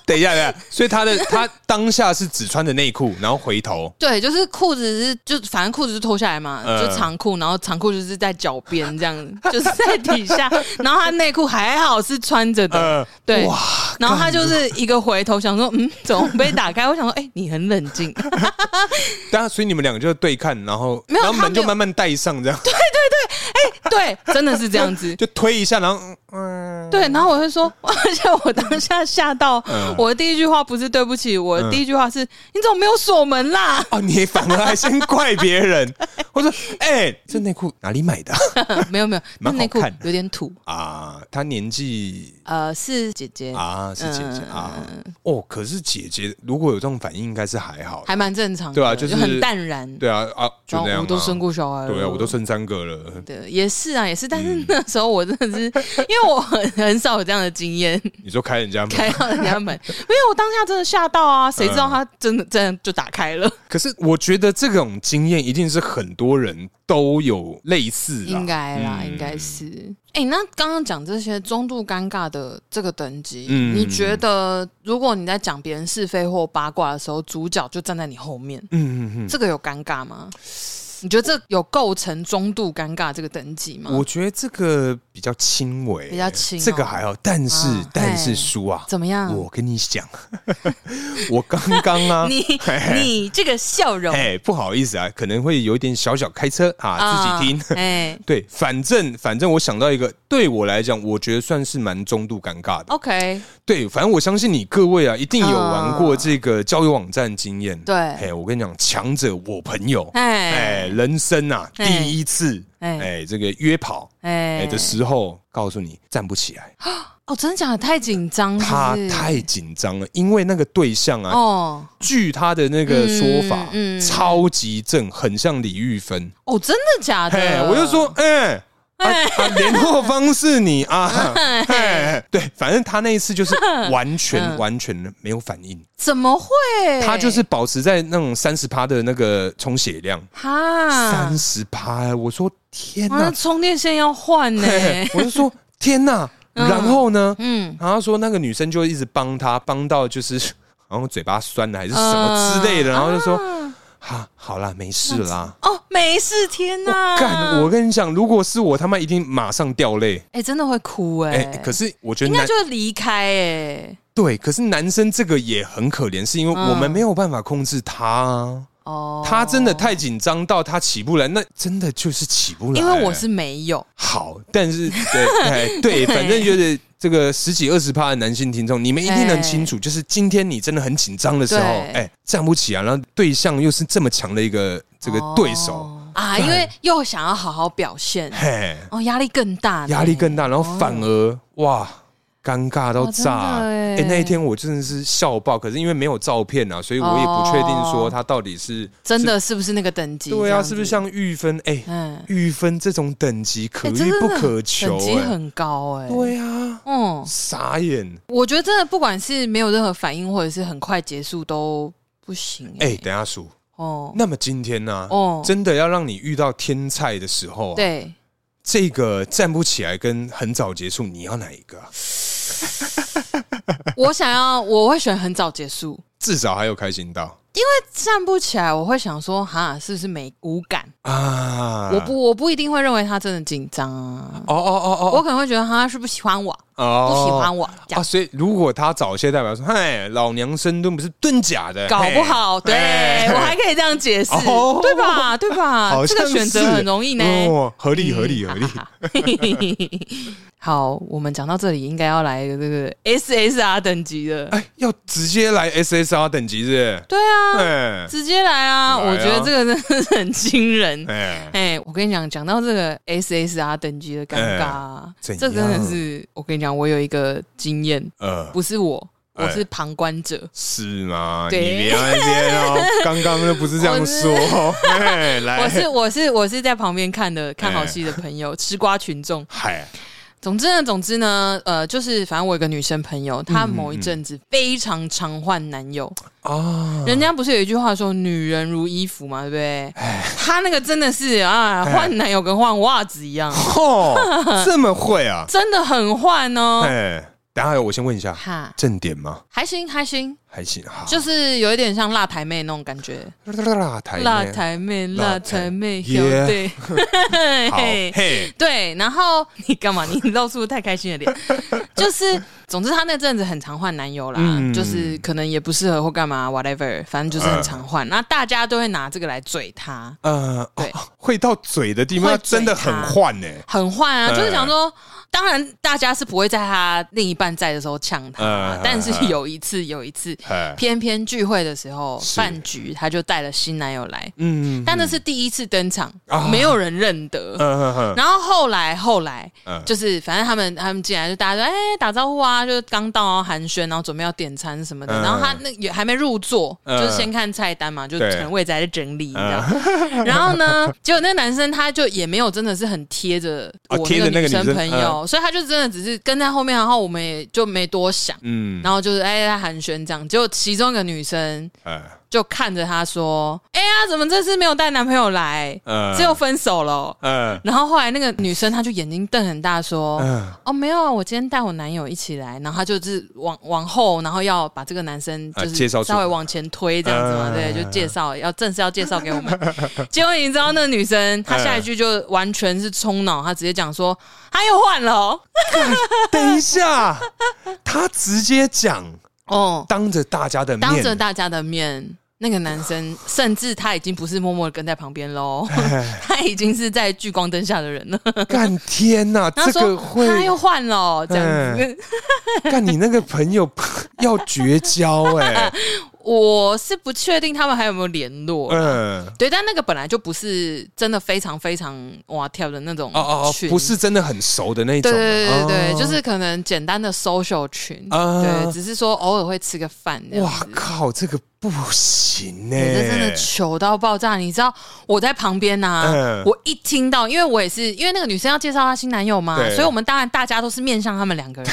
等一下，等一下，所以 [laughs] 他的他当下是只穿着内裤，然后回头，对，就是裤子是就反正裤子是脱下来嘛，嗯就长裤，然后长裤就是在脚边这样，就是在底下， [laughs] 然后她内裤还好是穿着的，呃，对，哇，然后他就是一个回头，想说，嗯，怎么被打开？我想说，哎、你很冷 [laughs] 静。当然，所以你们两个就对看，然后没有然后他门就没有慢慢带上，这样对，真的是这样子。就推一下，然后嗯，对，然后我就说， [laughs] 而且我当下吓到，嗯我的第一句话不是对不起，我的第一句话是，你怎么没有锁门啦？哦，你反而还先怪别人，我说，哎，这内裤哪里买的 [laughs] 没有没有，那蛮好内裤看的有点土。啊？他年纪呃，是姐姐，啊，是姐姐、嗯啊。哦，可是姐姐如果有这种反应，应该是还好。还蛮正常的，对啊就是很淡然。对啊啊，就然后那样、啊。我都生过小孩了，对啊，我都嗯生三个了。对，也是啊，也是。但是那时候我真的是，因为我很很少有这样的经验，你说开人家门，开到人家门， [laughs] 因为我当下真的吓到啊！谁知嗯道他真的真的就打开了？可是我觉得这种经验一定是很多人都有类似啦。应该啦，嗯应该是。哎、那刚刚讲这些中度尴尬的这个等级，嗯你觉得如果你在讲别人是非或八卦的时候，主角就站在你后面，嗯嗯嗯。这个有尴尬吗？你觉得这有构成中度尴尬这个等级吗？我觉得这个比较轻微、嗯比较轻哦这个还好。但是、啊但是嘿叔啊，怎么样？我跟你讲， [laughs] 我刚刚啊，[laughs] [laughs] 你你这个笑容哎，不好意思啊，可能会有一点小小开车啊，自己听。哎、对，反正反正我想到一个，对我来讲，我觉得算是蛮中度尴尬的。 o k 对，反正我相信你各位啊，一定有玩过这个交友网站经验。哦对哎，我跟你讲，强者我朋友，哎，哎人生啊哎第一次，哎哎，这个约跑哎哎的时候，告诉你站不起来，哦，真的假的？太紧张是他不是，太紧张了，因为那个对象啊，哦据他的那个说法，嗯嗯超级正，很像李玉芬。哦，真的假嘿的？，我就说，哎、啊啊，联络方式你啊，嘿，对，反正他那一次就是完全嗯完全的没有反应，怎么会？他就是保持在那种三十趴的那个充血量，哈三，啊十趴，哎我说天哪、啊，充电线要换呢、嘿我就说天哪、 [laughs] 嗯然后呢，嗯，然后他说那个女生 [laughs] 就一直帮他，帮到就是。然后嘴巴酸了还是什么之类的，然后就说嗯啊哈，好啦，没事啦。哦，没事，天哪！干，我跟你讲，如果是我，他妈一定马上掉泪。哎、真的会哭哎、哎、可是我觉得应该男就会离开哎、对，可是男生这个也很可怜，是因为我们嗯没有办法控制他啊。哦，他真的太紧张到他起不来，那真的就是起不来。因为我是没有，好，但是对 [laughs] 哎对，反正就是这个十几二十趴的男性听众，你们一定能清楚，就是今天你真的很紧张的时候，对哎，站不起来，然后对象又是这么强的一个这个对手，哦啊，因为又想要好好表现，嘿，哦，压力更大呢，哦压力更大，然后反而哇。尴尬到炸！哦真的哎、哎那一天我真的是笑爆，可是因为没有照片啊，所以我也不确定说他到底是真的是不是那个等级？对这啊，样子是不是？像玉芬？哎、嗯，玉芬这种等级可哎真遇的不可求、等级哎很高哎、对啊，嗯，傻眼！我觉得真的不管是没有任何反应，或者是很快结束都不行哎、哎、等一下叔，哦，那么今天呢、哦真的要让你遇到天菜的时候、啊，对，这个站不起来跟很早结束，你要哪一个啊、我想要，我会选很早结束，至少还有开心到站不起来，我会想说，哈，是不是没无感？啊！我，不，我不一定会认为他真的紧张啊，哦哦哦我哦可能会觉得他是不是喜欢我，哦，不喜欢我，这啊！样所以如果他早些代表说，嗨，老娘深蹲不是蹲假的，搞不好，嘿对哦嘿我还可以这样解释哦，对吧？对吧？好这像个选择是很容易呢。嗯哦，合理合理合理。理。好，我们讲到这里，应该要来一个这个 SSR 等级的。哎，要直接来 SSR 等级是对不是？[laughs] 啊，哎直接来来啊啊！我觉得这个真的是很惊人。哎，哎、我跟你讲，讲到这个 SSR 等级的尴尬、啊，怎这样真的是我跟你讲，我有一个经验，呃，不是我，哎我是旁观者。是吗？你对别在那边哦， [laughs] 刚刚都不是这样说。哎，来，我是我是我是在旁边看的，看好戏的 [laughs] 朋友，吃瓜群众。嗨，总之呢，总之呢，呃，就是反正我有一个女生朋友，嗯她某一阵子非常常换男友。 [laughs] 啊，人家不是有一句话说“女人如衣服”嘛，对不对？她那个真的是啊，哎换男友跟换袜子一样，啊哦，这么会啊？真的很换哦。哎，等一下我先问一下，哈，正点吗？还行还行，还行，好，就是有一点像辣台妹那种感觉，辣台妹辣台妹，哎辣辣台台妹，耶 [laughs] 对，好嘿， [laughs] 对，然后你干嘛？你露出太开心的脸， [laughs] 就是，总之她那阵子很常换男友啦，嗯就是可能也不适合或干嘛，whatever，反正就是很常换。嗯那大家都会拿这个来嘴她，呃，对哦会到嘴的地方会真的很换呢。很换啊，嗯就是想说，当然大家是不会在她另一半在的时候呛她啊，嗯但是有一次，有一次哎，偏偏聚会的时候是饭局，她就带了新男友来，嗯但那是第一次登场啊，没有人认得。嗯嗯然后后来后来嗯就是反正他们他们进来就大家说哎、打招呼啊，就是刚到啊寒暄，然后准备要点餐什么的，嗯然后他那也还没入座，嗯就是先看菜单嘛，就对可能位置还在整理这样。嗯， [laughs] 然后呢，结果那个男生他就也没有真的是很贴着我哦贴着那那个女个女生生朋友，所以他就真的只是跟在后面，然后我们也就没多想，嗯，然后就是哎在寒暄这样，结果其中一个女生哎就看着他说，哎呀，怎么这次没有带男朋友来，嗯只有分手了哦。嗯然后后来那个女生她就眼睛瞪很大说：“嗯 [laughs] 哦，没有啊，我今天带我男友一起来。”然后她就是往往后，然后要把这个男生啊就介是绍出来稍微往前推这样子嘛，嗯对，就介绍要正式要介绍 [laughs] 给我们。结果你知道那个女生嗯她下一句就完全是冲脑，她直接讲说：“他又换了哦。等一下，他直接讲，哦”当着大家的面，当着大家的面。那个男 [laughs] 生，甚至他已经不是默默的跟在旁边喽，哎 [laughs] 他已经是在聚光灯下的人了。干天呐、然后 [laughs] 这说个会哎他又换了哦，这样子。 [laughs] 干你那个朋友 [laughs] 要绝交 [laughs] 哎、我是不确定他们还有没有联络。嗯。对，但那个本来就不是真的非常非常哇跳的那种哦哦哦群，，不是真的很熟的那一种对。啊，对对对对，哦就是可能简单的 social 群，啊对，只是说偶尔会吃个饭这样哇子。靠，这个不行呢、欸你这哎真的糗到爆炸！你知道我在旁边呐、嗯我一听到，因为我也是因为那个女生要介绍她新男友嘛对，所以我们当然大家都是面向他们两个人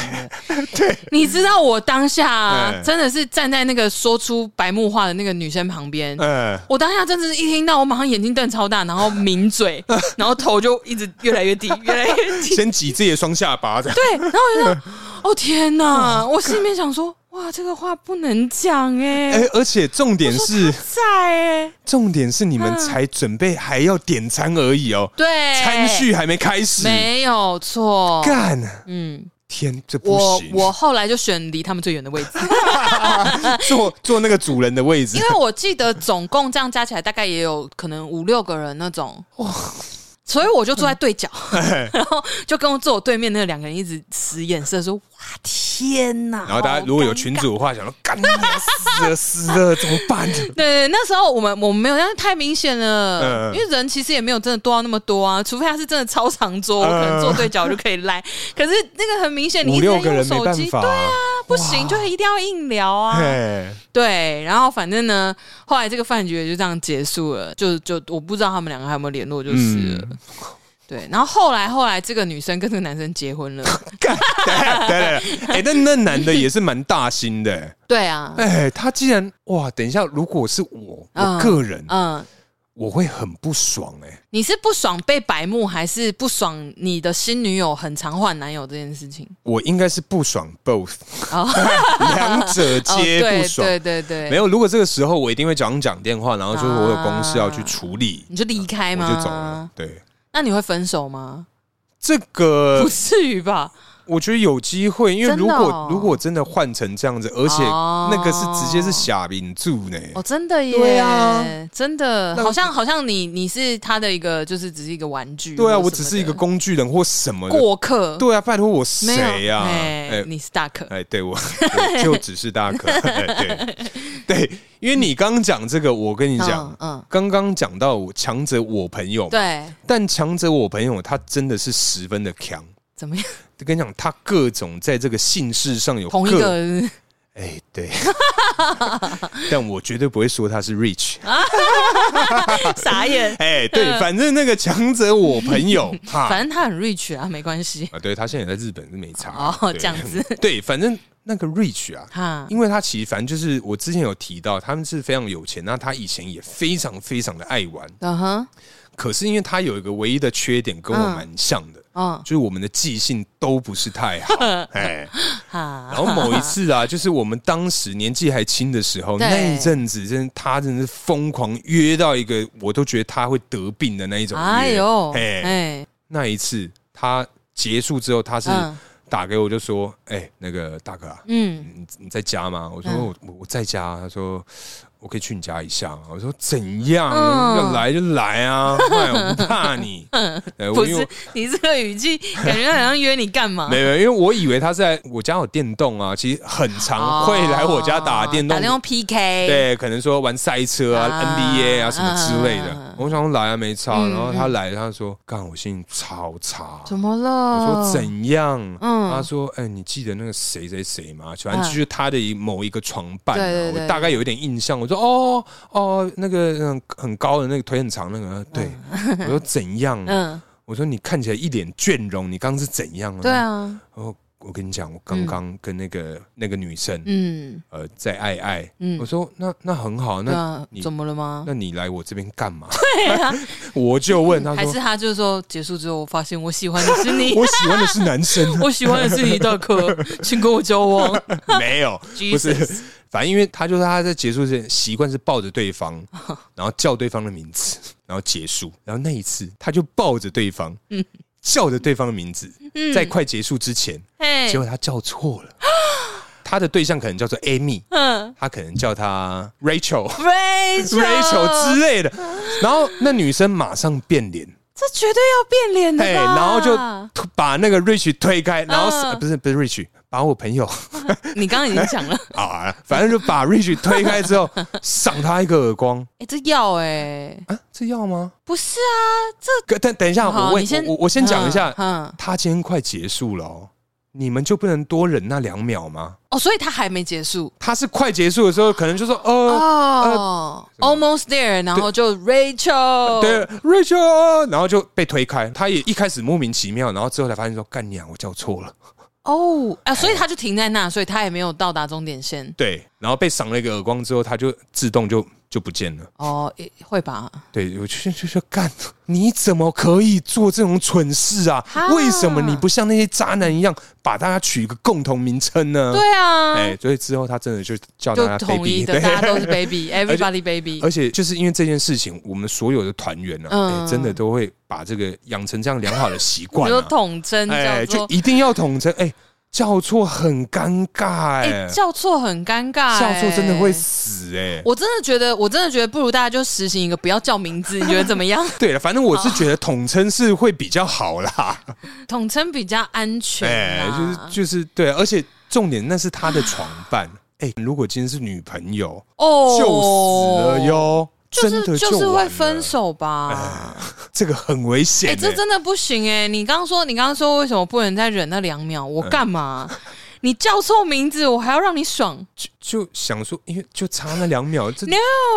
的。 [laughs] 对，你知道我当下、啊嗯、真的是站在那个说出白目话的那个女生旁边，嗯，我当下真的是一听到，我马上眼睛瞪超大，然后抿 [laughs] 嘴，然后头就一直越来越低，越来越低。先挤自己的双下巴这样。 [laughs] 哦对，然后我就说：“哦天哪！”我心里面想说：“哇，这个话不能讲哎、哎、而且重点是，在哎、重点是你们嗯才准备还要点餐而已哦，对，餐序还没开始，没有错。干嗯，天这不我行，我后来就选离他们最远的位置， [laughs] 坐坐那个主人的位置因，为我记得总共这样加起来大概也有可能五六个人那种。哇！所以我就坐在 [laughs] 对角，然后就跟我坐我对面那两个人一直使眼色说：“哇，天哪！”然后大好家如果有尴尬群主的话，想说干你娘死了死了怎么办？对对，那时候我们我们没有，但是太明显了，嗯因为人其实也没有真的多到那么多啊，除非他是真的超长桌，我可能坐对角就可以来。可是那个很明 [laughs] 显，五你一直在六个用人没手办机，法，对啊，不行，就一定要硬聊啊。嘿，对，然后反正呢，后来这个饭局也就这样结束了，就就我不知道他们两个还有没有联络，就是了。嗯对，然后后来后来这个女生跟这个男生结婚 [laughs] 了，干，等一下等一下等一下哎，那那男的也是蛮大心的、哎对啊，哎，他既然哇，等一下，如果是我，嗯我个人、嗯，我会很不爽哎、你是不爽被白目，还是不爽你的新女友很常换男友这件事情？我应该是不爽 both， [laughs] 哦两、者哦，皆不爽。对对对对，没有，如果这个时候我一定会讲讲电话，然后说我有公事要去处理，你就离开我吗？就走了。对，那你会分手吗？这个不至于吧？我觉得有机会，因为真的如哦果、如果真的换成这样子，而且哦那个是直接是下名住呢。哦，真的耶，对啊真的，那好像好像你你是他的一个，就是只是一个玩具或什么对的。啊，我只是一个工具人或什么的。过客，对啊，拜托我没有，谁呀、啊？哎哎你是大客，哎，对我 [laughs] 我就只是大哥，哎对 [laughs] 对，因为你刚讲这个，我跟你讲嗯，嗯，刚刚讲到我强者我朋友嘛，对，但强者我朋友他真的是十分的强。怎么样？跟你讲，他各种在这个姓氏上有同一各个哎，对， [laughs] 但我绝对不会说他是 [laughs] rich。傻眼，哎，对，反正那个强者我朋 [laughs] 友哈嗯反正他很 rich 啊，没关系。啊，对他现在也在日本是没差哦，啊对这样子 [laughs] 对，反正那个 rich 啊，哈，因为他其实反正就是我之前有提到，他们是非常有钱，那他以前也非常非常的爱玩，嗯哼，可是因为他有一个唯一的缺点跟我嗯蛮像的，嗯就是我们的记性都不是太 [laughs] 好，哎，哈，然后某一次 [laughs] 啊，就是我们当时年纪还轻的时候，对那一阵子真的他真的是疯狂约到一个我都觉得他会得病的那一种约，哎呦，哎，哎，那一次他结束之后，他是嗯打给我就说，哎，那个大哥啊，嗯，你你在家吗？我说嗯我我我在家啊。他说我可以去你家一下吗。我说怎样？嗯要来就来啊，哎我不怕 [laughs] 你。哎不我因为是我你这个语气，感觉好像约你干嘛？ [laughs] 没有，因为我以为他是在我家有电动啊，其实很常会来我家打电动哦打。电动 PK，，对，可能说玩赛车啊、啊 NBA 啊什么之类的嗯。我想说来啊，没差。嗯然后他来，他说：“干，我心情超差。”怎么我了？说怎样？嗯他说：“哎、你记得那个谁谁谁吗？反嗯正就是他的某一个床伴、啊，对对对我大概有一点印象。”我说：“哦哦，那个嗯很高的那个腿很长那个，对。我说：“怎样？”嗯，我说：“你看起来一脸倦容，你刚刚是怎样啊？”对。啊，哦，我跟你讲，我刚刚跟那个、那个女生、嗯呃在爱爱，嗯啊我，说：“那那很好，那、那你怎么了吗？那你来我这边干嘛？” [laughs] 我就问他啊还说是他就是说结束之后，我发现我喜欢的是：“ [laughs] 你，我喜欢的是男生 [laughs] 啊、我喜欢的是你，大哥，请跟我交往。没有。”不是 Jesus，，反正因为他就是他在结束之前习惯是抱着对 [laughs] 方，哦然后叫对方的名字， [laughs] 然后结束。然后那一次他就抱着对方，叫着对方的名字，嗯在快结束之前，嘿结，果他叫错了。他的对象可能叫做 Amy，嗯他可能叫他 Rachel、Rachel ，Rachel，之类的。然后那女生马上变脸，这绝对要变脸的哎，吧，然后就推把那个 Rich 推开，然后是嗯呃不是不是 Rich，把我朋友你刚刚已经讲了，啊，反正就把 Rich 推开之后，赏他一个耳光。 [laughs] 哎，这要哎，啊，这要吗？不是啊，这可等等一下，好我问你先我我我先讲一下，嗯，嗯他今天快结束了、哦，你们就不能多忍那两秒吗？哦，所以他还没结束。他是快结束的时候，可能就说呃，哦、a l m o s t there，然后就 Rachel，对，Rachel，然后就被推开。他也一开始莫名其妙，然后之后才发现说干娘，我叫错了，哦，啊，所以他就停在那，所以他也没有到达终点线。对，然后被赏了一个耳光之后，他就自动就就不见了。哦，诶会吧？对，我就就说干，你怎么可以做这种蠢事啊哈？为什么你不像那些渣男一样，把大家取一个共同名称呢？对啊，哎、所以之后他真的就叫大就家统一 baby，[laughs] 的，对，大家都是 baby，everybody baby。而且就是因为这件事情，我们所有的团员呢、啊，哎、嗯真的都会把这个养成这样良好的习 [laughs] 你惯、说啊，统称叫哎、做就，一定要统称，哎、叫错很尴尬、哎，哎、叫错很尴尬，叫错真的会哎死、哎。我真的觉得，我真的觉得不如大家就实行一个不要叫名字，你觉得怎 [laughs] 么样？对了，反正我是觉得统称是会比较好 [laughs] 啦。统称比较安全啊哎、啦。就是就是对，而且重点那是他的床伴。哎、如果今天是女朋友，哦，就死了哟，就真是的就是完会了分，手吧？这个很危哎、险、欸。这真的不行哎、你刚刚说，你刚刚说为什么不能再忍那两秒？我嗯 [laughs] 干嘛？你叫错名字，我还要让你爽就就想说，因为就差那两秒， [laughs] 这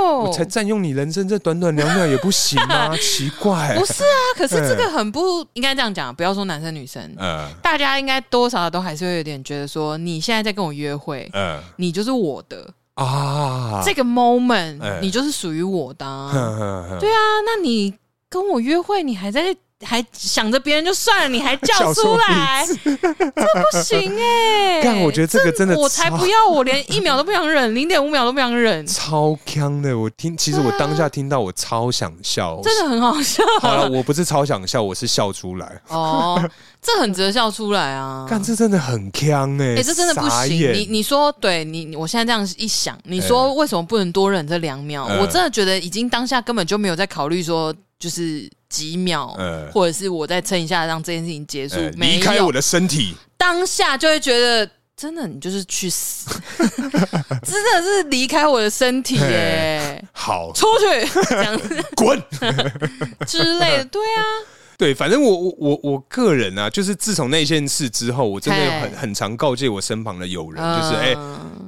我 [laughs]？No，才占用你人生这短短两秒也不行 [laughs] 吗？奇怪，不是啊。可是这嗯个很不应该这样讲，不要说男生女生，呃大家应该多少都还是会有点觉得说，你现在在跟我约会，呃你就是我的、啊，嗯这个 moment，、哎你就是属于我的、啊。哼哼哼对啊，那你跟我约会，你还在还想着别人就算了，你还叫叫出错 [laughs] 来，这不行哎、欸！干我觉得这个真的我才超不要，我连一秒都不想忍，零点五秒都不想 [laughs] 忍，超坑的，我听，其实我当下听到我超想笑，啊真的很好笑 [laughs] 好了，我不是超想笑，我是笑出来。哦，这很值得笑出来啊！干，这真的很坑哎、欸，哎、这真的不傻行！眼哎你你说，对你，你我现在这样一想，你说为什么不能多忍这两秒？嗯我真的觉得已经当下根本就没有在考虑说，就是几秒，嗯或者是我再撑一下让这件事情结束呃，没离有。开我的身体，当下就会觉得，真的你就是 [laughs] 去死，真的是离开我的身体哎耶、好出去这样子滚。 [laughs] 之类的，对啊，对，反正我我我我个人啊，就是自从那件事之后，我真的有很嘿嗯很常告诫我身旁的友人， [laughs] 就是哎、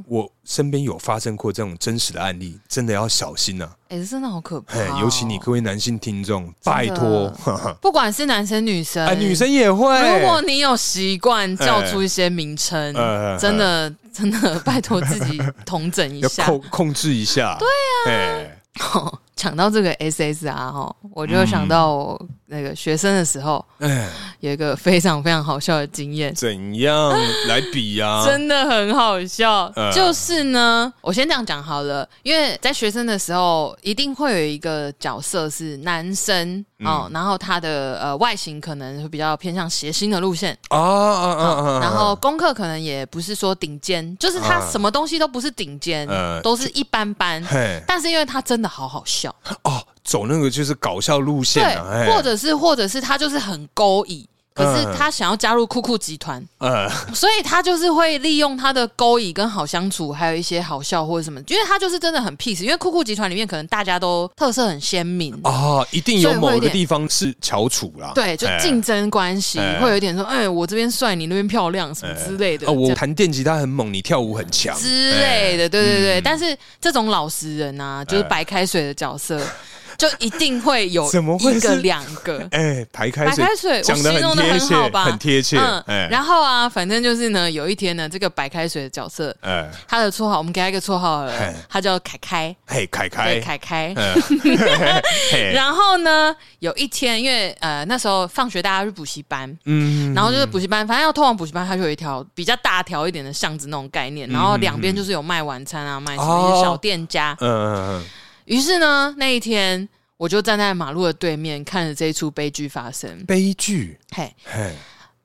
我身边有发生过这种真实的案例，真的要小心呐、啊！哎、这真的好可怕哎哦、，尤其你各位男性听众，拜托， [laughs] 哈哈不管是男生女生，哎，女。生也会。如果你有习惯叫出一些名称，哎真的真的拜托自己统整一要 [laughs] 下。控控制一下，对啊呀、讲到这个 SSR 哈，我就想到我那个学生的时候、哎哎，有一个非常非常好笑的经验，怎样来比呀、啊？ [laughs] 真的很好笑。呃就是呢，我先这样讲好了，因为在学生的时候，一定会有一个角色是男生哦，嗯然后他的呃外形可能会比较偏向谐星的路线，啊啊啊啊啊！然后功课可能也不是说顶尖，就是他啊什么东西都不是顶尖，呃都是一般般。嘿但是因为他真的好好 [laughs] 笑，哦，走那个就是搞笑路线对啊，嘿，或者是或者是他就是很勾引。可是嗯他想要加入酷酷集团，呃所以他就是会利用他的勾引跟好相处，还有一些好笑或者什么，因为他就是真的很 peace。因为酷酷集团里面可能大家都特色很鲜明，哦，一定有所以会某有个点地方是翘楚啦，对，就嘿竞争关系、哎会有一点说，哎，我这边帅，你那边漂亮什么之类的。哦，这我样弹电吉他很猛，你跳舞很强之类的，对对对。嗯哎但是这种老实人啊，就是白开水的角色， [laughs] 就一定会有怎么会一个是两个。哎，排开白水开水，我讲得形容的贴很切好吧？很贴切，嗯，哎然后啊，反正就是呢，有一天呢，这个白开水的角色，哎他的绰号，我们给他一个绰号好了嘿，他叫凯凯，嘿，凯凯，对，凯凯。嗯， [laughs] 嘿然后呢，有一天，因为呃那时候放学大家去补习班，嗯，然后就是补习班，反正要通往补习班，它就有一条比较大条一点的巷子那种概念，嗯然后两边就是有卖晚餐啊，卖什么哦一些小店家。嗯，于是呢，那一天我就站在马路的对面，看着这一出悲剧发生。悲剧，嘿，嘿，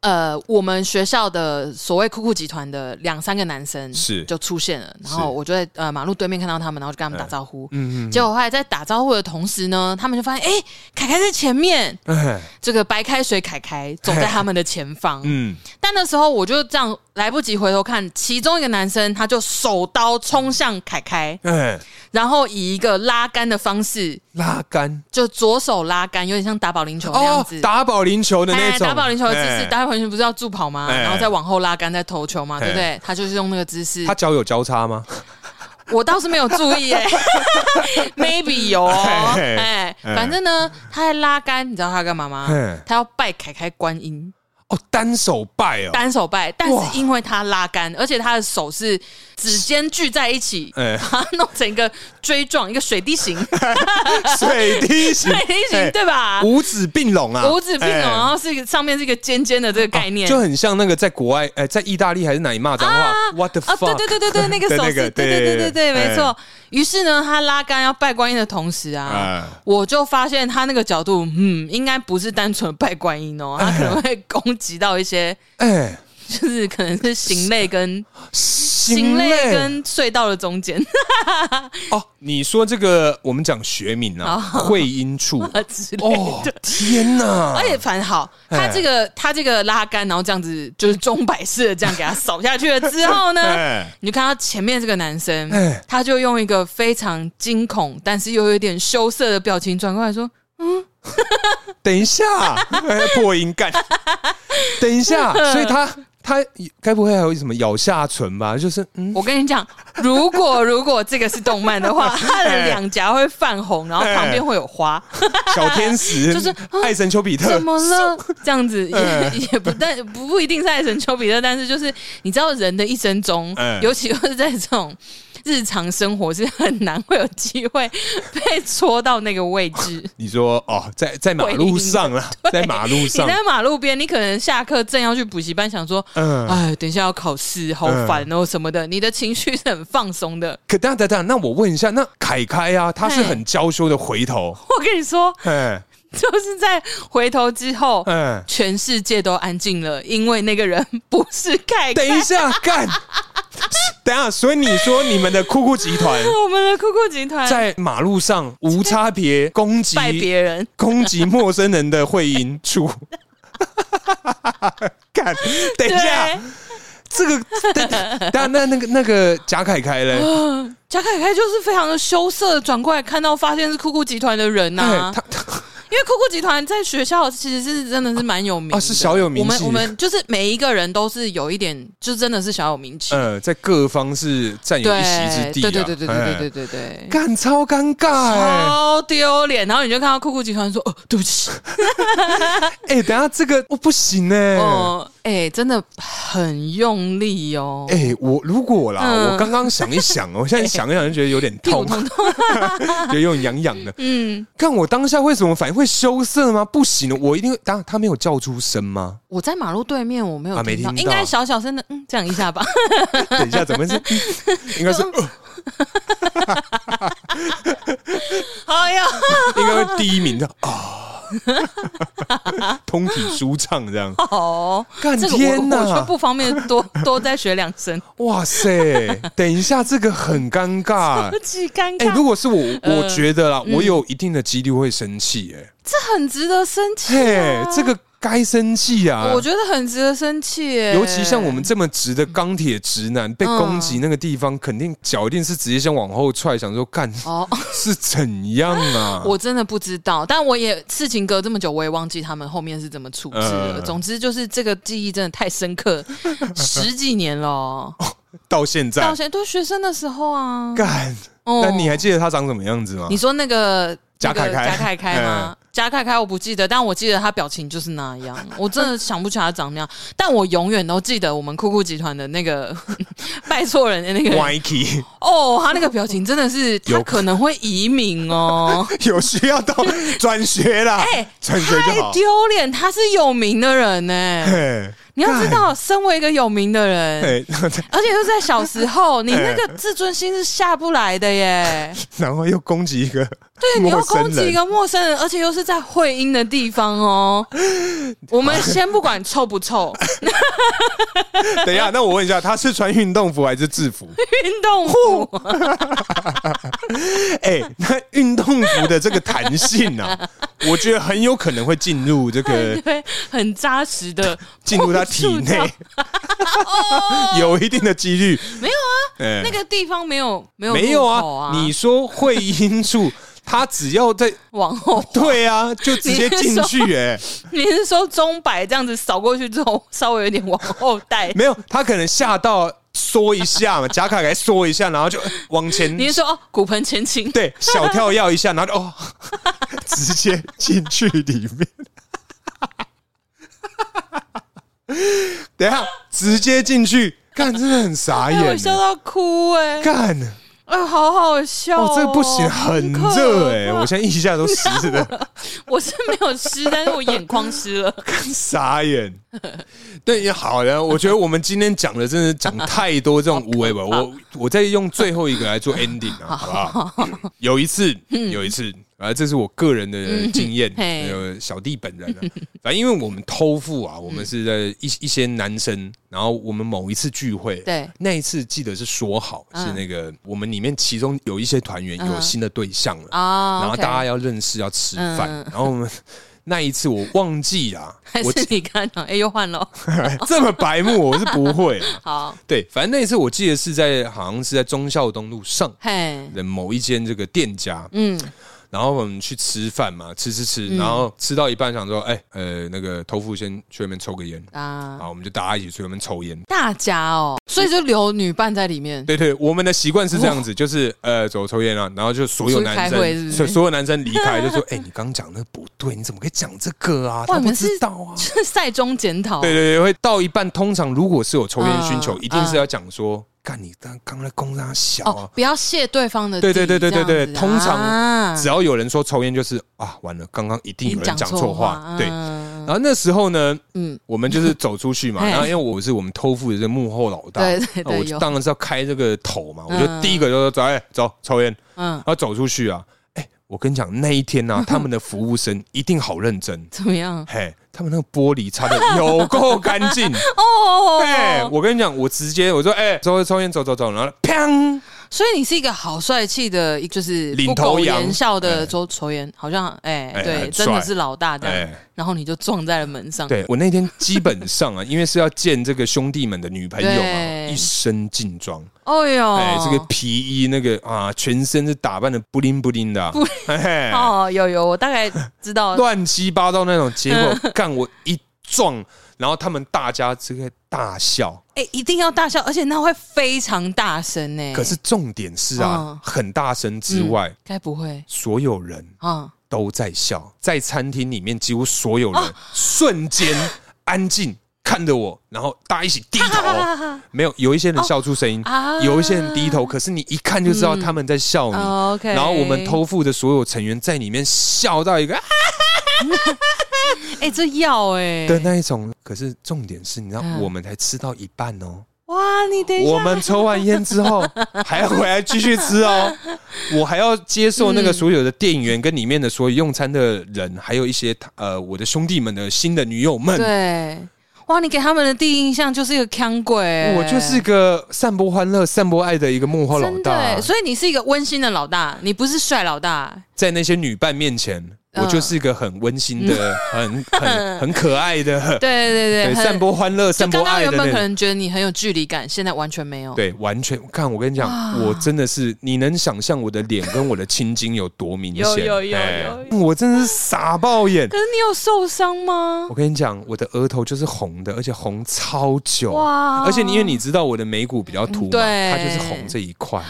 呃，我们学校的所谓酷酷集团的两三个男生是就出现了，然后是我就在呃马路对面看到他们，然后就跟他们打招呼。嗯，结果后来在打招呼的同时呢，他们就发现，哎、凯凯在前面，哎，这个白开水凯凯走在他们的前方。嗯，但那时候我就这样来不及回头看，其中一个男生他就手刀冲向凯凯，哎，然后以一个拉杆的方式，拉杆，就左手拉杆，有点像打保龄球那样哦子。，打保龄球的那哎，种，打保龄球的姿势，哎打保龄球不是要助跑吗？哎然后再往后拉杆，再投球嘛，哎对不对？他就是用那个姿势他。脚有交叉吗？我倒是没有注 [laughs] 意，哎，maybe 有哦，哎哎，反正呢，他在拉杆，你知道他干嘛吗哎？他要拜凯凯观音。哦，单手拜哦，单手拜，但哇是因为他拉杆，而且他的手是指尖聚在一起，哎把它弄成一个锥状，一个水滴形， [laughs] 水滴形，水滴哎形对吧？五指并拢啊，五指并拢，哎哦然后是一个上面是一个尖尖的这个概念，就很像那个在国外，哎，在意大利还是哪里骂脏话？What the 啊，对 fuck？对对对 [laughs] 对，那个的手那势，个对对对对对对，哎没错。于是呢，他拉杆要拜观音的同时啊哎，我就发现他那个角度，嗯，应该不是单纯拜观 [laughs] 音哦，他可能会攻击到一些，哎，就是可能是行类跟 [laughs] 行行类类跟隧道的中间 [laughs] 哦，你说这个我们讲学名啊，哦会阴 [laughs] 处啊之类哦的。，天哪而！且反正好，他哎这个他这个拉杆，然后这样子就是钟摆式的这样给他扫下去了之后 [laughs] 呢，哎你就看到前面这个男生哎，他就用一个非常惊恐，但是又有点羞涩的表情转过来说等一下，哎破音 [laughs] 干，等一下，嗯所以他他该不会还有什么咬下唇吧？就是：“嗯，我跟你讲，如果如果这个是动漫的话，他的两颊会泛红，然后旁边会有花，小天使， [laughs] 就是啊爱神丘 [laughs] 比特怎，[laughs] 么了？这样子哎也也不但不不一定是爱神丘比特，但是就是你知道人的一生中哎，尤其又是在这种。”日常生活是很难会有机会被戳到那个位置。你说哦，在在马路上 [laughs] 啦，在马路你上，在马路边，你可能下课正要去补习班，想说，嗯哎，等一下要考试，好烦哦什么的，你的情绪是很放松的。可等等等，那我问一下，那凯凯啊，他是嘿很娇羞的回头，我跟你说，哎就是在回头之后，哎，全世界都安静了，因为那个人不是凯凯等。一下 [laughs] 干，等一下，所以你说你们的酷酷集 [laughs] 团我们的酷酷集团在马路上无差别攻击拜别人，攻击陌生人的会阴处。 [laughs] 干，等一下对，，这个，等但那那个那个贾凯凯嘞， [laughs] 贾凯凯就是非常的羞涩，转过来看到发现是酷酷集团的人呐、哎，他他因为酷酷集团在学校其实是真的是蛮有名的啊是小有名气我们我们就是每一个人都是有一点，就真的是小有名气。呃，在各方是占有对一席之地啊，对对对对对对哎，对对对，干超尴尬哎，超丢脸。然后你就看到酷酷集团说：“哦，对不起，哎，等一下这个我不行哎，哦，哎，真的很用力哦。”哎，我如果啦，嗯我刚刚想一 [laughs] 想，我现在想一想就觉得有点屁股痛，痛有有点痒痒的。嗯，看我当下会什么反应？会羞涩吗？不行的，我一定会。当他没有叫出声 [laughs] 吗？我在马路对面，我没有啊听到，没听到应该小小声的，嗯，这样一 [laughs] 下吧。等一下，怎么是？应 [laughs] 该是，呃哎呀，应该会第一名的啊， [laughs] 通体舒畅这样。哦，干 [laughs] 这个天我我就哪！不方便 [laughs] 多多再学两声，哇塞，等一下，这个很尴 [laughs] 尬不。起尴哎、尬，如果是我，呃我觉得啦，我有一定的几率会生气、这很值得生气哎、啊。嘿，这个该生气啊！我觉得很值得嗯生气耶，尤其像我们这么直的钢铁直男被攻击那个地方，肯定脚一定是直接先往后踹，想说干哦。是怎样啊？我真的不知道，但我也事情隔这么久，我也忘记他们后面是怎么处置了。呃总之就是这个记忆真的太深刻，十几年了 [laughs] 哦，到现在到现在都学生的时候啊。干，哦那你还记得他长什么样子吗你？说那个贾那凯嗯个凯贾凯凯吗？贾凯凯我不记得，但我记得他表情就是那样，我真的想不起来他长那样，但我永远都记得我们酷酷集团的那个 [laughs] 拜错人的那个人 Mikey [laughs] 哦，他那个表情真的是他有可能会移民 [laughs] 哦。有需要到转学 [laughs] 啦，哎转学就太好。丢脸！他是有名的人呢、欸嘿你要知道，身为一个有名的人，嘿， [laughs] 而且又在小时候，你哎那个自尊心是下不来 [laughs] 的耶。然后又攻击一个对，你要陌攻生击人，一个陌生人，而且又是在会阴的地方 [laughs] 哦。我们先不管臭不臭，等一下，那我问一下，他是穿运动服还是制服？运动服哎、那运动服的这个弹性 [laughs] 啊，我觉得很有可能会进入这个对，很扎实的 [laughs] 进入他体 [laughs] 内碰触，有一定的几率。哦没有啊，哎那个地方没有没有没有入口啊啊，，你说会阴处，他只要在往 [laughs] 后，对啊，就直接进去哎、你是说钟摆这样子扫过去之后，稍微有点往后带？ [laughs] 没有，他可能吓到缩一下嘛， [laughs] 贾卡给缩一下，然后就往前，你是说哦，骨盆前倾？对，小跳跃一下，然后就哦，直接进去里面。等一下直接进去，干真的很傻哎，我眼，笑到哭哎、干哎，好好笑哦，这个不行，很热哎，我现在一下都湿了，我是没有湿，但是我眼眶湿了。傻眼。对，也好了，我觉得我们今天讲的真的讲太多这种无为吧，我我再用最后一个来做 ending 啊，好不好？有一次，有一次。啊，这是我个人的经验，嗯嘿呃，小弟本人、啊，反正因为我们偷富啊，我们是在一一些男生，然后我们某一次聚会，对那一次记得是说好是嗯那个我们里面其中有一些团员有嗯新的对象了，啊，然后 OK 大家要认识，要吃饭。嗯然后我们那一次我忘记啦，还我是你看到，哎，又换了， [laughs] 这么白目我是不会 [laughs] 啦。好，对，反正那一次我记得是在好像是在忠孝东路上嘿，的某一间这个店家，嗯，然后我们去吃饭嘛，吃吃吃，然后吃到一半想说，哎、呃，那个头父先去外面抽个烟，啊，好，我们就大家一起去外面抽烟。大家哦，所以就留女伴在里面，对对，我们的习惯是这样子，就是呃，走抽烟啊，然后就所有男出去开会是生，哦不是所所有男生离开，就说：“哎、你刚讲那个不对，你怎么可以讲这个啊？哇他你不们知是道啊。”是赛中检讨，对对对，会到一半，通常如果是有抽烟需求，哦嗯一定是要讲说：“干你刚刚才公他小哦啊，。不要泄对方的对底，对对对对对这样子通常啊只要有人说抽烟，就是啊，完了，刚刚一定有人讲错话。对，嗯然后那时候呢，嗯，我们就是走出去嘛，嘿然后因为我是我们偷富的这幕后老大，对对那我对，就有，当然是要开这个头嘛，我就嗯第一个就说：“走，哎，走，抽烟。”嗯，然后走出去啊，哎、我跟你讲，那一天呢、 [laughs] 啊，他们的服务生一定好认真，怎么样？嘿，他们那个玻璃擦的有够干净，哦，哎、我跟你讲，我直接我说，哎、抽抽烟，走走走，然后嗯砰，所以你是一个好帅气的，就是领不头苟羊言笑哎的周仇言，好像哎哎，对，很真的帅是老大这哎、样，然后你就撞在了门上，对我那天基本上啊，因为是要见这个兄弟们的女朋友嘛，对一身劲装，哦哟，哎、这个皮衣那个啊，全身是打扮的不灵不灵的、啊，哎哦，有有，我大概知 [laughs] 道，乱七八糟那种，结嗯果干我一撞，然后他们大家这个大笑。哎，一定要大笑，而且那会非常大声哎呢。可是重点是啊嗯，很大声之外，该不会所有人啊？都在笑，在餐厅里面几乎所有哦人瞬间安静看着我，然后大家一起低头， [laughs] 没有有一些人笑出声音，啊哦有一些人低头，可是你一看就知道他们在笑你。哦 OK，然后我们偷富的所有成员在里面笑到一个啊哎，这要哎，的那一种，可是重点是，你知道嗯我们才吃到一半哦，哇，你等一我下，们抽完烟之后还要回来继续吃 [laughs] 哦，我还要接受那个所有的店员跟里面的所有用餐的人，还有一些呃我的兄弟们的新的女友们。对，哇，你给他们的第一印象就是一个腔鬼，我就是个散播欢乐、散播爱的一个幕后老真的大欸，，所以你是一个温馨的老大，你不是帅老大。在那些女伴面前，嗯我就是一个很温馨 [laughs] 的、很很很可爱 [laughs] 的，对对对，很散播欢乐、就散播刚刚爱的原本那可种。能觉得你很有距离感，现在完全没有。对，完全看我跟你讲，我真的是你能想象我的脸跟我的青筋有多明有显？有有哎有我真的是傻爆眼可。是你有受伤吗我？跟你讲，我的额头就是红的，而且红超久。哇嗯而且因为你知道我的眉骨比较凸嘛，对它就是红这一块，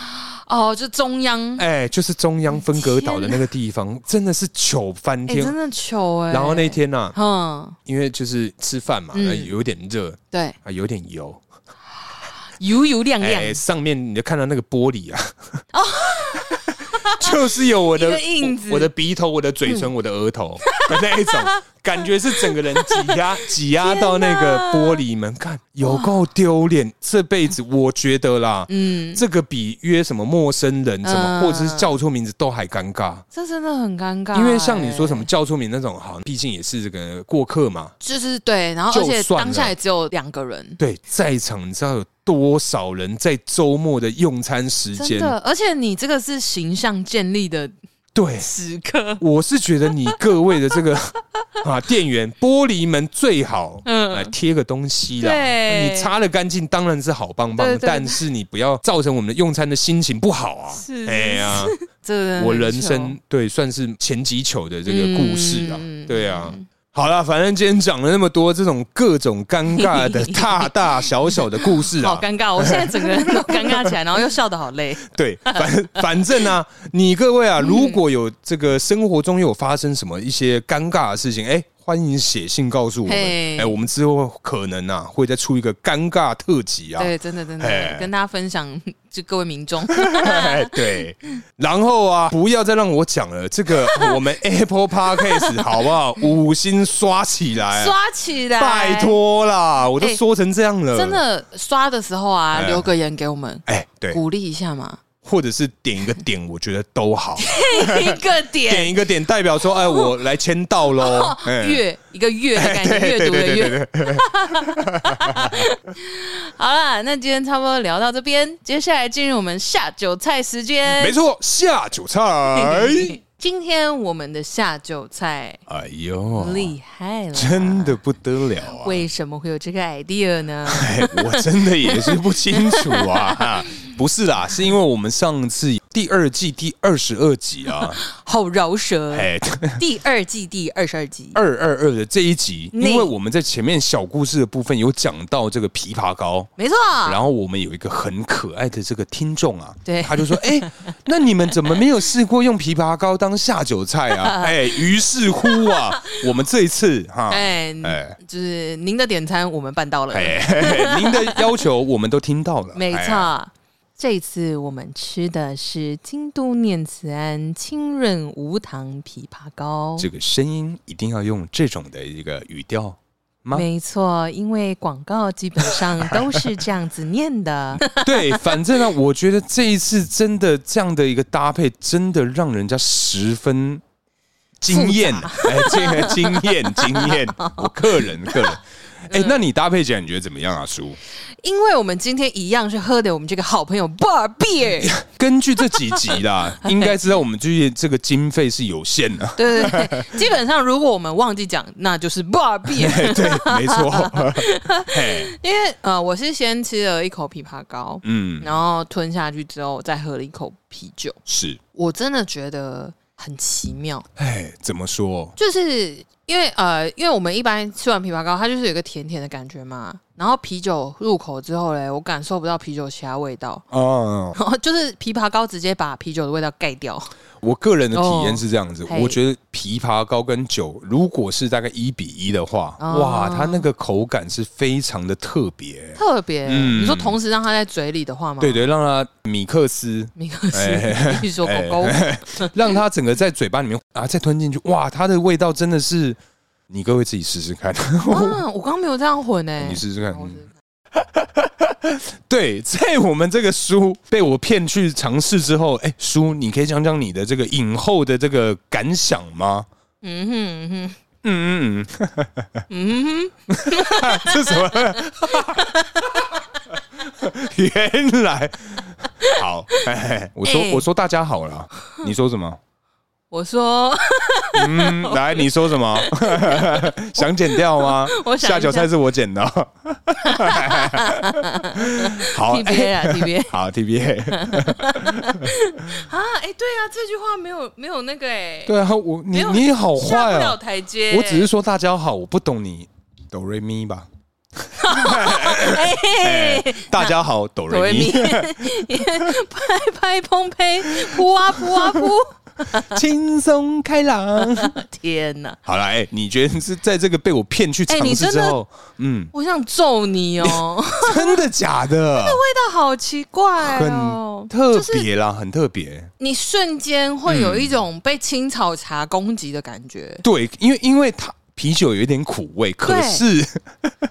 哦，就中央，哎、哎、就是中央分割岛的那个地方，真的是糗翻天。真的糗哎、然后那，天呢、啊，嗯，因为就是吃饭嘛，嗯那有点热对，啊，有点油，油油亮哎、亮，哦上面你就看到那个玻璃啊， [laughs] 就是有我 [laughs] 一的个印子嗯我，我的鼻头、我的嘴唇、我的额头的那一种感觉，是整个人挤 [laughs] 压挤压到那个玻璃门，看有够丢脸。这辈子我觉得啦，嗯，这个比约什么陌生人、什么嗯或者是叫错名字都还尴尬。这真的很尴尬、因为像你说什么哎，叫错名那种，好像毕竟也是这个过客嘛。就是对，然后而且就算了当下也只有两个人。对，在场你知道有多少人在周末的用餐时真间？的，而且你这个是形象建立的对，时刻， [laughs] 我是觉得你各位的这个啊，店员玻璃门最好，嗯，嗯来贴个东西啦。对你擦的干净当然是好棒棒，对对对但是你不要造成我们的用餐的心情不好啊。是哎呀，这真的很我人糗生对算是前几糗的这个故事啊，嗯对啊。好啦，反正今天讲了那么多这种各种尴尬 [laughs] 的大大小小的故事啊好，尴尬，我现在整个 [laughs] 人都尴尬起来，然后又笑得好累。对，反 [laughs] 反正呢、啊，你各位啊，如果有这个生活中有发生什么一些尴尬的事情，哎、欢迎写信告诉我们。嘿哎，我们之后可能啊会再出一个尴尬特辑啊。对，真的真的哎跟大家分享，就各位民众， [laughs] 对，然后啊，不要再让我讲了，这 [laughs] 个我们 Apple Podcast 好不好？五星刷起来，啊刷起来，哎哎拜，托啦，我都说成这样了，真。的刷的时候啊，哎留个言给我们，哎，对，鼓励一下嘛，或者是点一个点，我觉得都 [laughs] 好。一个点哦点一个点代表说，哎，我来签到喽。 [laughs] 哎月一个月的感觉，阅读的阅。 [laughs] 对，好啦，那今天差不多聊到这边，接下来进入我们下酒菜时间。没哎错，下酒 [laughs] 菜。今天我们的下酒菜哎呦，厉害了，真的不得了啊！为什么会有这个 idea 呢？ [laughs] 哎，我真的也是不清楚啊。 [laughs] 哈不是啦，是因为我们上次第二季第二十二集 [laughs] 啊，好饶舌！哎，第二季第二十二集，二二二的这一集，你因为我们在前面小故事的部分有讲到这个枇杷膏。没错。然后我们有一个很可爱的这个听众啊，对他就说：“哎、那你们怎么没有试过用枇杷膏当下酒菜 [laughs] 啊？”哎，于是乎啊，我们这一次哈，哎，哎就是您的点餐我们办到了，哎，嘿嘿您的要求我们都听到了， [laughs] 没哎错。这次我们吃的是京都念慈庵清润无糖枇杷膏，这个声音一定要用这种的一个语调吗？没错，因为广告基本上都是这样子念 [laughs] 的。对，反正呢，我觉得这一次真的这样的一个搭配，真的让人家十分惊艳，哎，这个惊艳惊艳，我个人个 [laughs] 人。哎、嗯那你搭配起来你觉得怎么样啊，叔？因为我们今天一样是喝的我们这个好朋友 Bar Beer， [laughs] 根据这几集 [laughs] 啦，应该知道我们最近这个经费是有限的。对对对，基本上如果我们忘记讲，那就是 Bar [laughs] Beer。哎，对，没 [laughs] 错。嘿，因为呃，我是先吃了一口枇杷膏，嗯，然后吞下去之后，我再喝了一口啤酒，是。我真的觉得很奇妙，哎，怎么说？就是。因为呃，因为我们一般吃完枇杷膏，它就是有一个甜甜的感觉嘛。然后啤酒入口之后嘞，我感受不到啤酒其他味道，哦，然后就是枇杷膏直接把啤酒的味道盖掉。我个人的体验是这样子，哦嘿我觉得枇杷膏跟酒如果是大概一比一的话，哦哇，它那个口感是非常的特别。特别，嗯你说同时让它在嘴里的话吗？对，对，让它米克 [laughs] 斯，米克斯哎，你说狗狗，让它整个在嘴巴里面啊再吞进去，哇，它的味道真的是，你各位自己试试 [laughs] 看，啊，我刚刚没有这样混 [laughs] 哎，哦你试试我看试。试对， [laughs] 在我们这个书被我骗去尝试之后，哎，叔，你可以讲讲你的这个影后的这个感想吗？嗯哼嗯哼嗯嗯嗯，嗯哼， [laughs] 这什么？ [laughs] 原来好，哎，我说、哎我说大家好了，你说什么？我说嗯，来，你说什么？ [laughs] 想剪掉吗？ [laughs] 我想一下下酒菜是我 [laughs] 剪的。 [laughs] 好， [laughs] T B 哎 A 啦 T B A 好 T B A，啊，哎，对啊，这句话没有没有那个哎，对啊，我没你有你好坏下不了啊！台阶，我只是说大家好，我不懂你哆瑞咪吧？哎嘿嘿大家好，哆哆瑞瑞咪咪，，拍拍砰呸，扑啊扑啊扑， [laughs] 轻松开朗。天哪，好了，哎、你觉得是在这个被我骗去尝哎你试真之的后，嗯，我想揍你哦，真的假 [laughs] 的？味道好奇怪哦很，特就是别啦，很特别。你瞬间会有一种被青草茶攻击的感觉，对，因为因为它啤酒有一点苦味，可是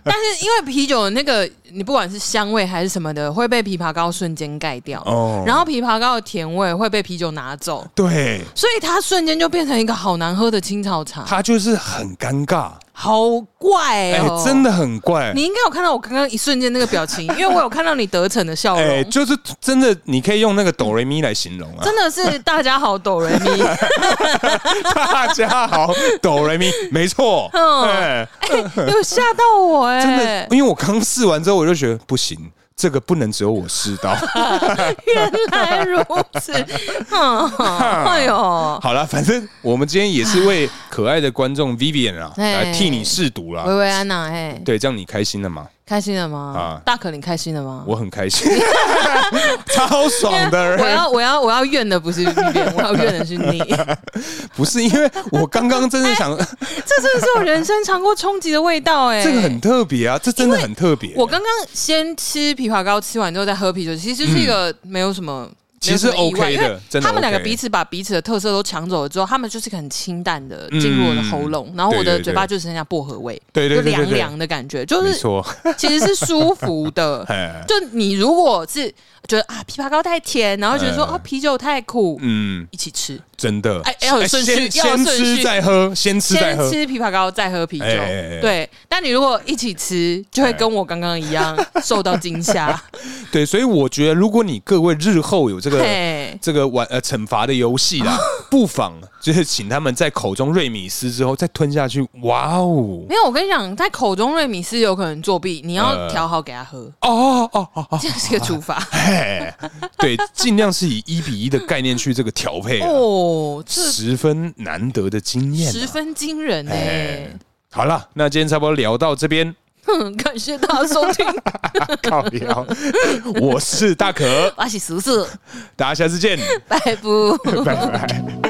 但是因为啤酒的那个，你不管是香味还是什么的，会被枇杷膏瞬间盖掉，哦，然后枇杷膏的甜味会被啤酒拿走，对，所以它瞬间就变成一个好难喝的青草茶，它就是很尴尬，好怪哎、哦、真。的很怪。你应该有看到我刚刚一瞬间那个表情，因为我有看到你得逞的笑容，哎、就是真的，你可以用那个哆瑞咪来形容啊。真的是大家好哆瑞咪，大家好，哆瑞咪，没错。嗯哎、 [laughs] 有吓到我哎、真的，因为我刚试完之后，我就觉得不行，这个不能只有我知 [laughs] 道。原来如 [laughs] 此，嗯，哎呦，好了，反正我们今天也是为可爱的观众 Vivian 啊，哎来替你试毒薇啦。薇安娜，哎，对，这样你开心了吗？开心了吗啊？大可，你开心了吗？我很开 [laughs] 心，超爽我的。要我要我要怨的不是 Vivian，我要怨的 [laughs] 是你。不是因为我刚刚真的想，哎这真的是我人生尝过冲击的味道哎、这个很特别啊，这真的很特别。我刚刚先吃枇杷膏，吃完之后再喝啤酒，其实就是一个没有什么。嗯其实没有什么意外 OK 的因为真的他们两个 OK 彼此把彼此的特色都抢走了之后，他们就是个很清淡的进入我的喉咙，然后我嗯对的对嘴巴就剩下薄荷味，对对对对就对凉凉的感觉，就没是错，。其实是舒服的 [laughs] 哎就你如果是觉得啊枇杷膏太甜，然后觉得说哎哦啤酒太苦，嗯，一起吃，真的。哎要有顺序先要有先顺序吃再喝，先吃再先喝。吃枇杷膏，再喝啤酒。哎哎哎对，但你如果一起吃，就会跟我刚刚 [laughs] 一样受到惊吓。对，所以我觉得，如果你各位日后有这个嘿，哦这个玩呃惩罚的游戏啦， [laughs] 不妨就是请他们在口中瑞米斯之后再吞下去。哇哦！ [laughs] 没有，我跟你讲，在口中瑞米是有可能作弊，你要呃调好给他喝，哦哦哦哦！这是 [laughs] 个处罚。嘿，对，尽量是以一比一的概念去这个调配啊，哦，这十分难得的经验十啊。分惊人呢、哎好了，那今天差不多聊到这 [laughs] 边，哼， [laughs] 感谢大家收 [laughs] 听，靠聊。我是大可，我是叔叔， [laughs] 大家下次见，拜拜。拜拜。